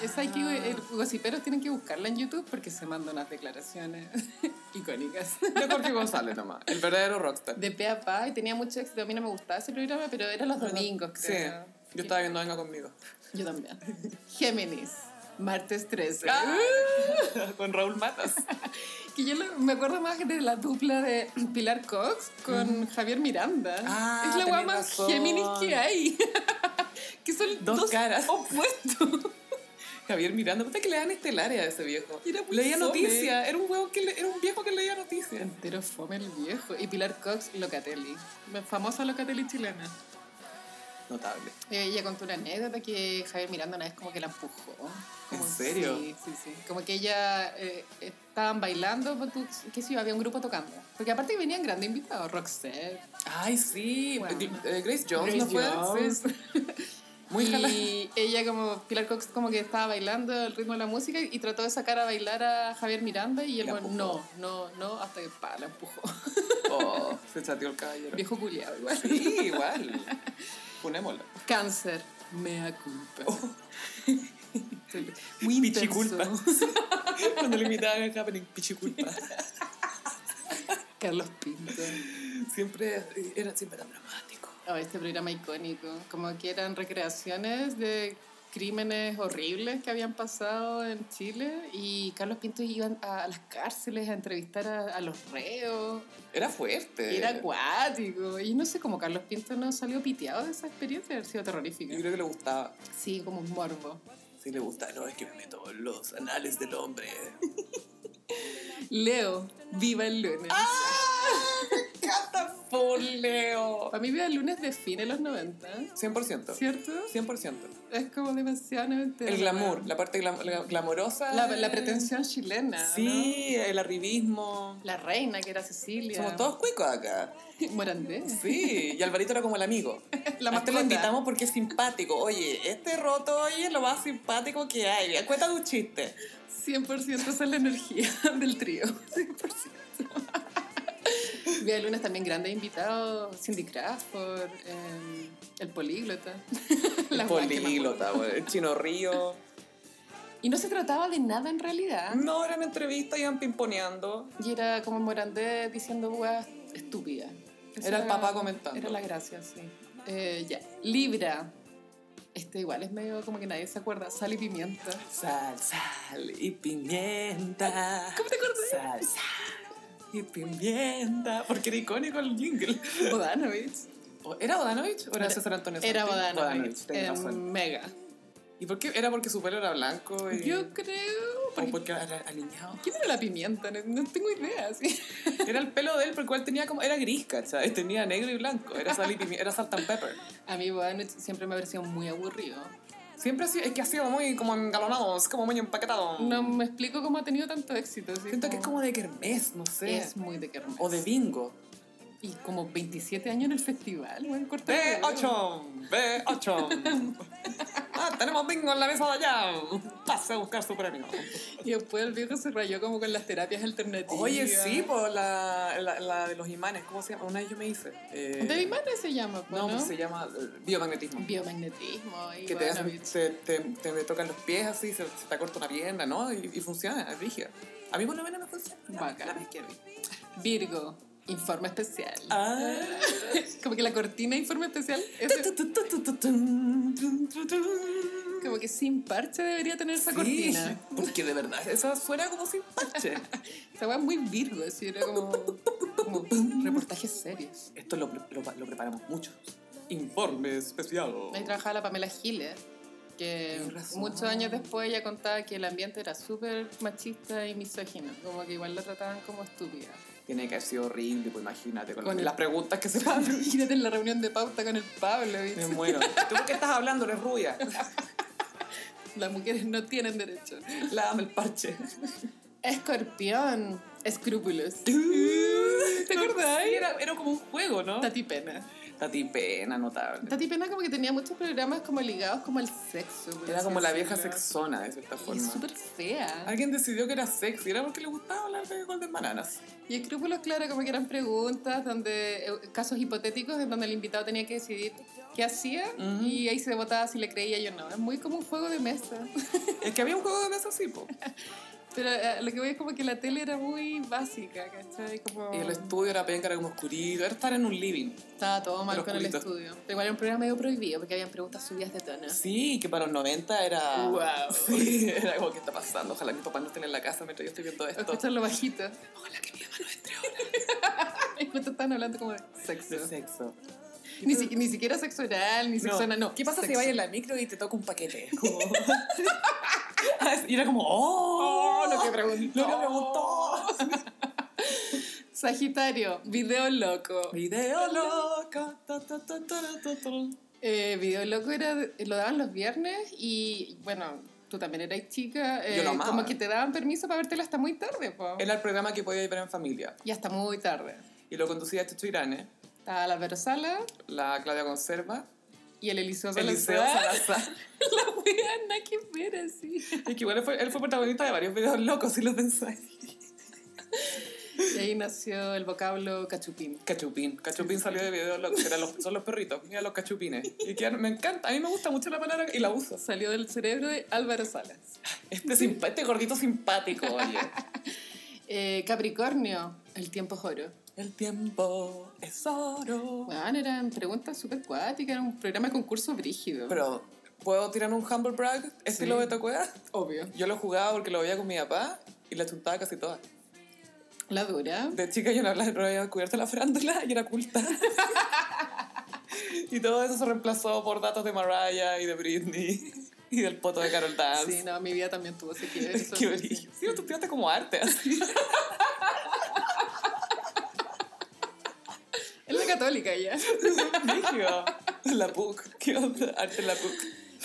S2: Esa hay que,
S1: Ah.
S2: eh, gossiperos tienen que buscarla en YouTube porque se manda unas declaraciones icónicas.
S1: De Jorge González nomás, el verdadero rockstar.
S2: De pe a pa, y tenía mucho éxito. A mí no me gustaba ese programa, pero era los domingos,
S1: Sí,
S2: creo.
S1: yo estaba viendo Venga Conmigo.
S2: Yo también. Géminis, martes 13.
S1: con Raúl Matas.
S2: Ah, Que yo lo- me acuerdo más de la dupla de Pilar Cox con Javier Miranda.
S1: Ah,
S2: es la guapa
S1: tenés
S2: más
S1: razón.
S2: Géminis que hay. que son
S1: Dos
S2: dos,
S1: caras.
S2: opuestos.
S1: Javier Miranda, puta que le dan estelares a ese viejo.
S2: Era muy
S1: leía
S2: fome.
S1: noticias, era un, huevo que le- era un viejo que leía noticias.
S2: Entero fome el viejo. Y Pilar Cox, Locatelli. La famosa Locatelli chilena.
S1: Notable.
S2: Eh, Ella contó una anécdota que Javier Miranda una vez como que la empujó. Como-
S1: ¿En serio?
S2: Sí, sí, sí. Como que ella eh, estaban bailando, pues, tú- qué sé yo, había un grupo tocando. Porque aparte venían grandes invitados, Roxette.
S1: Ay, sí.
S2: Bueno.
S1: Gl- eh, Grace Jones, ¿no fue?
S2: Grace Jones.
S1: Sí. Muy jala-
S2: y ella como, Pilar Cox como que estaba bailando el ritmo de la música y trató de sacar a bailar a Javier Miranda y él
S1: La
S2: bueno,
S1: empujó.
S2: no, no, no, hasta que pa, la empujó.
S1: Oh, se chateó el caballero.
S2: Viejo culiado igual.
S1: Sí, igual. Ponémoslo.
S2: Cáncer, mea culpa.
S1: Oh.
S2: Muy intenso.
S1: Pichiculpa. Cuando le invitaban a Happening, pichiculpa.
S2: Carlos Pinto.
S1: Siempre era siempre tan dramático.
S2: Oh, este programa icónico, como que eran recreaciones de crímenes horribles que habían pasado en Chile y Carlos Pinto iban a, a las cárceles a entrevistar a, a los reos,
S1: Era fuerte.
S2: era acuático y no sé cómo Carlos Pinto no salió piteado de esa experiencia, de haber sido terrorífica.
S1: Yo creo que le gustaba.
S2: Sí, como un morbo.
S1: Sí, le gustaba. No, es que me meto en los anales del hombre.
S2: Leo, viva el lunes.
S1: Ah. Catapuleo.
S2: Para mí viva el lunes define los 90,
S1: 100%.
S2: ¿cierto?
S1: 100%.
S2: Es como demasiado noventero,
S1: El glamour,
S2: bueno.
S1: la parte glam- la- glamorosa.
S2: La, la pretensión chilena. ¿no?
S1: Sí, el arribismo.
S2: La reina que era Cecilia.
S1: Somos todos cuicos acá.
S2: Morandés.
S1: Sí, y Alvarito era como el amigo.
S2: La
S1: más te lo invitamos porque es simpático. Oye, este roto hoy es lo más simpático que hay. Cuéntame un chiste.
S2: 100% esa es la energía del trío. 100%. Vía Lunas también grandes invitados. Cindy Crawford, eh, el políglota.
S1: El
S2: Las weas que me
S1: políglota,
S2: acuerdo.
S1: güey, el chino río.
S2: Y no se trataba de nada en realidad.
S1: No, eran entrevistas, iban pimponeando.
S2: Y era como Morandés diciendo weas estúpidas. Eso
S1: Era el papá comentando.
S2: Era la gracia, sí. Eh, ya. Libra. Este igual es medio como que nadie se acuerda. Sal y pimienta.
S1: Sal, sal y pimienta.
S2: ¿Cómo te acordás?
S1: Sal, sal y pimienta. Porque era icónico el jingle.
S2: Bodanovich.
S1: ¿O- ¿Era Bodanovich o era,
S2: Era-
S1: César Antonio
S2: Era
S1: Santi?
S2: Bodanovich.
S1: tenés
S2: Era
S1: razón.
S2: mega.
S1: ¿Y por qué? ¿Era porque su pelo era blanco? Y...
S2: Yo creo.
S1: ¿O
S2: Porque,
S1: porque era alineado?
S2: ¿Quién era la pimienta? No, no tengo idea. ¿sí?
S1: Era el pelo de él, porque él tenía como. Era gris, ¿cachai? Tenía negro y blanco. Era sal, y pimi- era salt and pepper.
S2: A mí Bodanovich siempre me ha parecido muy aburrido.
S1: Siempre hacía, es que ha sido muy como engalonado, es como muy empaquetado.
S2: No me explico cómo ha tenido tanto éxito. ¿sí?
S1: Ah. Siento que es como de kermés, no sé.
S2: Es muy de Kermés.
S1: O de bingo.
S2: Y como 27 años en el festival. Bueno, corta el
S1: Eh,
S2: pelo.
S1: B8, B8. ah, tenemos bingo en la mesa de allá. Pase a buscar su premio.
S2: Y después el viejo se rayó como con las terapias alternativas.
S1: Oye, sí, por la, la, la de los imanes, ¿cómo se llama? Una vez yo me hice. Eh,
S2: De imanes se llama, pues,
S1: No,
S2: ¿no?
S1: pues se llama eh, biomagnetismo.
S2: Biomagnetismo. Y
S1: que te, hacen-
S2: Bodanovich.
S1: te, te, te tocan los pies así, se, se te corta una pierna, ¿no? Y, y funciona, es rígida. A mí por lo menos me funciona. la-
S2: Bacán.
S1: la vez que vi.
S2: Virgo. Informe especial.
S1: Ah.
S2: Como que la cortina de informe especial. es de-
S1: Como
S2: Como que sin parche debería tener esa cortina.
S1: Porque de verdad, eso suena como sin parche.
S2: Esa weá es muy virgo, así era como, como reportajes serios.
S1: Esto lo, lo, lo preparamos mucho. Informe especial.
S2: Ahí trabajaba la Pamela Giles, que
S1: Tienes razón.
S2: muchos años después ella contaba que el ambiente era súper machista y misógino, como que igual la trataban como estúpida.
S1: Tiene que haber sido horrible, pues imagínate, con,
S2: Con el-
S1: las preguntas que se van.
S2: Imagínate en la reunión de pauta con el Pablo,
S1: Me
S2: ¿viste?
S1: muero. ¿Tú por qué estás hablando? Eres rubia.
S2: Las mujeres no tienen derecho.
S1: Lávame el parche.
S2: Escorpión. Escrúpulos.
S1: ¿Te acordás? Era, era como un juego, ¿no?
S2: Tati Pena.
S1: Tati pena notable.
S2: Tati Pena como que tenía muchos programas como ligados como al sexo. por
S1: Era
S2: así
S1: como la vieja
S2: decirlo.
S1: sexona, de cierta
S2: Y
S1: forma.
S2: súper fea.
S1: Alguien decidió que era sexy, era porque le gustaba hablar de Golden Bananas.
S2: Y escrúpulos, claro, como que eran preguntas, donde eh, casos hipotéticos en donde el invitado tenía que decidir qué hacía
S1: Ujú.
S2: y ahí se votaba si le creía yo o no. Es muy como un juego de mesa.
S1: Es que había un juego de mesa así, po.
S2: Pero eh, lo que voy es como que la tele era muy básica, ¿cachai? Como...
S1: Y el estudio era penca, era como oscurito, era estar en un living.
S2: Estaba todo mal
S1: Pero
S2: con el
S1: oscurito.
S2: estudio. Pero igual era un programa medio prohibido porque habían preguntas subidas de tono.
S1: Sí, que para los 90 era...
S2: Wow.
S1: Sí, era como, ¿qué está pasando? Ojalá mis papás no estén en la casa mientras yo estoy viendo esto.
S2: Escucharlo bajito.
S1: Ojalá que mi mamá no esté
S2: Y justo estaban hablando como de sexo.
S1: de sexo.
S2: Ni, si- ni siquiera sexo oral, ni sexo anal, no.
S1: ¿Qué pasa si
S2: sexo.
S1: vas en la micro y te toca un paquete? Como- Ah, y era como, ¡oh!
S2: Oh, lo que preguntó.
S1: Lo que preguntó.
S2: Sagitario, video loco.
S1: Video loco. ta, ta, ta, ta, ra, ta, ta.
S2: Eh, video loco era, de- eh, lo daban los viernes y bueno, tú también eras chica. eh,
S1: Yo lo amaba.
S2: Como que te daban permiso para vértelo hasta muy tarde, po.
S1: Era el programa que podía ver en familia.
S2: Y hasta muy tarde.
S1: Y lo conducía Chucho Irane,
S2: Estaba la Verosala
S1: la Claudia Conserva,
S2: y el Eliseo
S1: el Liceo
S2: Salazar.
S1: Salazar.
S2: La wea, nada que ver así.
S1: Y que igual fue, él fue protagonista de varios videos locos, si lo pensáis.
S2: Y ahí nació el vocablo cachupín.
S1: Cachupín. Cachupín salió de videos locos, que eran los, son los perritos. Mira los cachupines. Y que me encanta, a mí me gusta mucho la palabra y la uso.
S2: Salió del cerebro de Álvaro Salas.
S1: Este, simpa- este gordito simpático, oye.
S2: Eh, Capricornio, el tiempo es oro.
S1: El tiempo es oro.
S2: Bueno, eran preguntas súper cuáticas, era un programa de concurso brígido.
S1: Pero, ¿puedo tirar un humble brag estilo
S2: Sí.
S1: de Betacuea?
S2: obvio.
S1: Yo lo jugaba porque lo veía con mi papá y la chuntaba casi toda.
S2: La dura.
S1: De chica yo no, habla- no había descubierto la farándula y era culta. y todo eso se reemplazó por datos de Mariah y de Britney y del poto de Carol Dance.
S2: Sí, no, mi vida también tuvo ese quiebre. eso
S1: Qué
S2: sí.
S1: brillo. Sí, tú estudiaste como arte. así.
S2: Es la católica ya.
S1: Brígido. La PUC. ¿Qué onda? Arte en la PUC.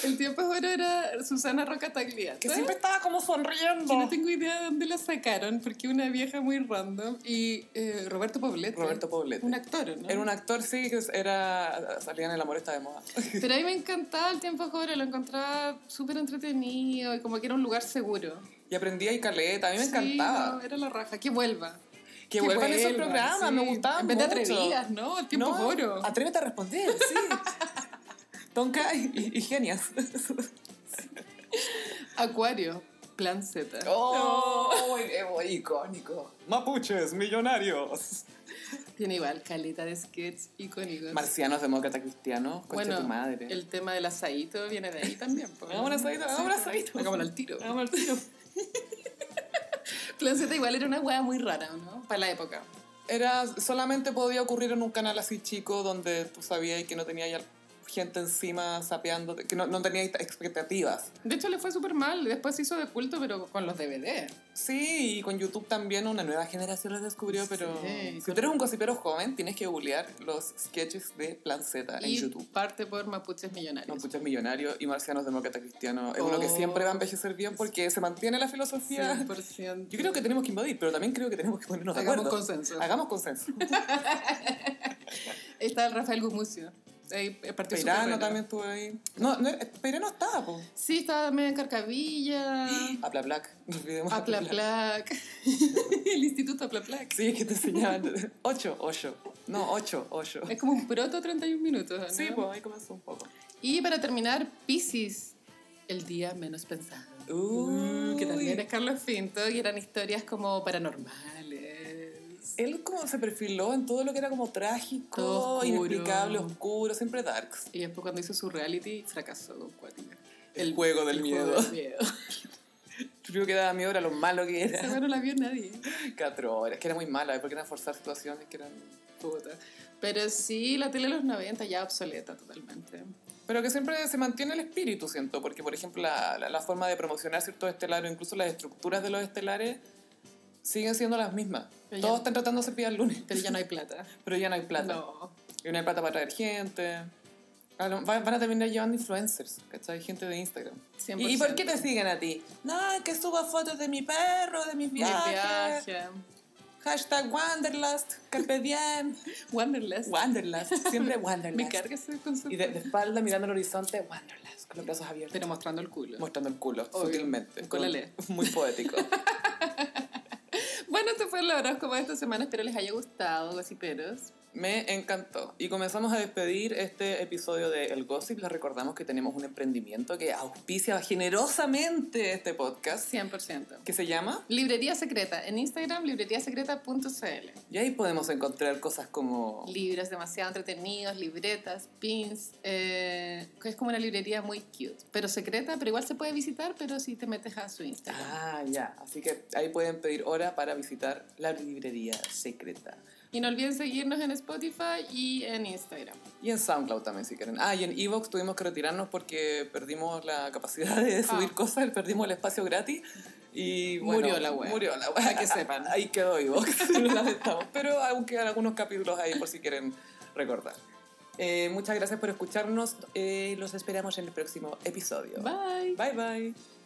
S2: El tiempo es oro era Susana Roca
S1: Que
S2: Tagliata.
S1: siempre estaba como
S2: Yo no
S1: sonriendo.
S2: tengo idea de dónde la sacaron, porque una vieja muy random. Y eh, Roberto Poblete.
S1: Roberto Poblete.
S2: Un actor, ¿no?
S1: Era un actor, sí, que era, salía en El Amor Está de Moda.
S2: Pero a mí me encantaba el tiempo joven, lo encontraba súper entretenido y como que era un lugar seguro.
S1: Y aprendía y caleta, a mí me
S2: Sí,
S1: encantaba.
S2: no, era la raja, que vuelva.
S1: Que vuelvan esos programas,
S2: sí.
S1: me gustaban
S2: En vez de
S1: mucho.
S2: atrevidas, ¿no? El tiempo
S1: No,
S2: oro.
S1: Atrévete a responder, sí. Tonka y, y- y genias.
S2: Acuario, plan Z.
S1: ¡Oh! icónico. Mapuches, millonarios.
S2: Tiene igual caleta de sketch icónicos.
S1: Marcianos, demócratas, cristianos, concha
S2: bueno,
S1: tu madre.
S2: el tema del asadito viene de ahí también. po.
S1: Hagamos un asadito, hagamos un asadito.
S2: Hagámoslo al tiro.
S1: Hagamos el tiro.
S2: Plan Z igual era una hueá muy rara, ¿no? Para la época.
S1: Era, solamente podía ocurrir en un canal así chico donde tú sabías que no tenía ya gente encima sapeando, que no, no tenía expectativas.
S2: De hecho, le fue súper mal. Después se hizo de culto, pero con los DVD.
S1: Sí, y con YouTube también una nueva generación lo descubrió, pero
S2: Sí,
S1: si tú eres un gossipero joven, tienes que googlear los sketches de Plan Z en
S2: y
S1: YouTube.
S2: parte por Mapuches Millonarios.
S1: Mapuches Millonarios y Marcianos Demócratas Cristianos. Es uno que
S2: Oh.
S1: siempre va a envejecer bien porque se mantiene la filosofía.
S2: 100%.
S1: Yo creo que tenemos que invadir, pero también creo que tenemos que ponernos de
S2: Hagamos
S1: acuerdo.
S2: consenso.
S1: Hagamos consenso.
S2: Ahí Está el Rafael Gumucio. Ahí eh, partió su
S1: Peirano
S2: carrera.
S1: también estuvo ahí. No, no era- Peirano estaba, po.
S2: Sí, estaba también en Carcavilla,
S1: Apla Black. No olvidemos Apla Black.
S2: Aplaplac, el Instituto Aplaplac.
S1: Sí, que te enseñaban. Ocho, ocho. No, ocho, ocho.
S2: Es como un proto 31 minutos. ¿no?
S1: Sí, pues ahí comenzó un poco.
S2: Y para terminar, Pisces, el día menos pensado.
S1: Uy.
S2: que también es Carlos Finto y eran historias como paranormales.
S1: Él como se perfiló en todo lo que era como trágico,
S2: Todo oscuro.
S1: inexplicable, oscuro, siempre darks.
S2: Y después cuando hizo su reality, fracasó con Cuática.
S1: El juego del
S2: juego
S1: miedo.
S2: del miedo.
S1: Yo creo que daba miedo era lo malo que
S2: Esa
S1: era.
S2: weá no la vio nadie.
S1: Cuatro horas, que era muy mala, porque era forzar situaciones que eran...
S2: Puta. Pero sí, la tele de los 90 ya obsoleta totalmente.
S1: Pero que siempre se mantiene el espíritu, siento, porque por ejemplo la, la- la forma de promocionar ciertos estelares, incluso las estructuras de los estelares, siguen siendo las mismas.
S2: Pero ya no.
S1: Todos están tratando de cepillar el lunes,
S2: Pero ya no hay plata.
S1: pero ya no hay plata.
S2: No.
S1: Y no hay plata para traer gente. A lo- Van van a terminar llevando influencers, ¿cachai? Gente de Instagram. ¿Y, y por qué te siguen a ti? No, que subo fotos de mi perro, de mis viajes.
S2: viaje.
S1: Hashtag Wanderlust, Carpe Diem.
S2: Wanderlust.
S1: Wanderlust, siempre Wanderlust.
S2: Me carga ese concepto.
S1: Y de, de espalda mirando el horizonte, Wanderlust, con los brazos abiertos.
S2: Pero mostrando el culo.
S1: mostrando el culo,
S2: Obvio.
S1: sutilmente.
S2: Con la ley.
S1: Muy poético.
S2: Bueno, este fue el horóscopo de esta semana. Espero les haya gustado, gossiperos.
S1: Me encantó. Y comenzamos a despedir este episodio de El Gossip. Les recordamos que tenemos un emprendimiento que auspicia generosamente este podcast,
S2: 100%.
S1: que se llama...
S2: Librería Secreta. En Instagram, libreriasecreta.cl.
S1: Y ahí podemos encontrar cosas como...
S2: Libros demasiado entretenidos, libretas, pins. eh, es como una librería muy cute, pero secreta, pero igual se puede visitar, pero si te metes a su Instagram.
S1: Ah, ya. Así que ahí pueden pedir hora para visitar la librería secreta.
S2: Y no olviden seguirnos en Spotify y en Instagram.
S1: Y en SoundCloud también, si quieren. Ah, y en Evox tuvimos que retirarnos porque perdimos la capacidad
S2: Ah.
S1: de subir cosas, perdimos el espacio gratis. Y bueno,
S2: Murió la wea.
S1: Murió la wea.
S2: Para que sepan.
S1: Ahí quedó Evox. lo lamentamos. Pero aún quedan algunos capítulos ahí por si quieren recordar. Eh, muchas gracias por escucharnos. Eh, los esperamos en el próximo episodio.
S2: Bye.
S1: Bye, bye.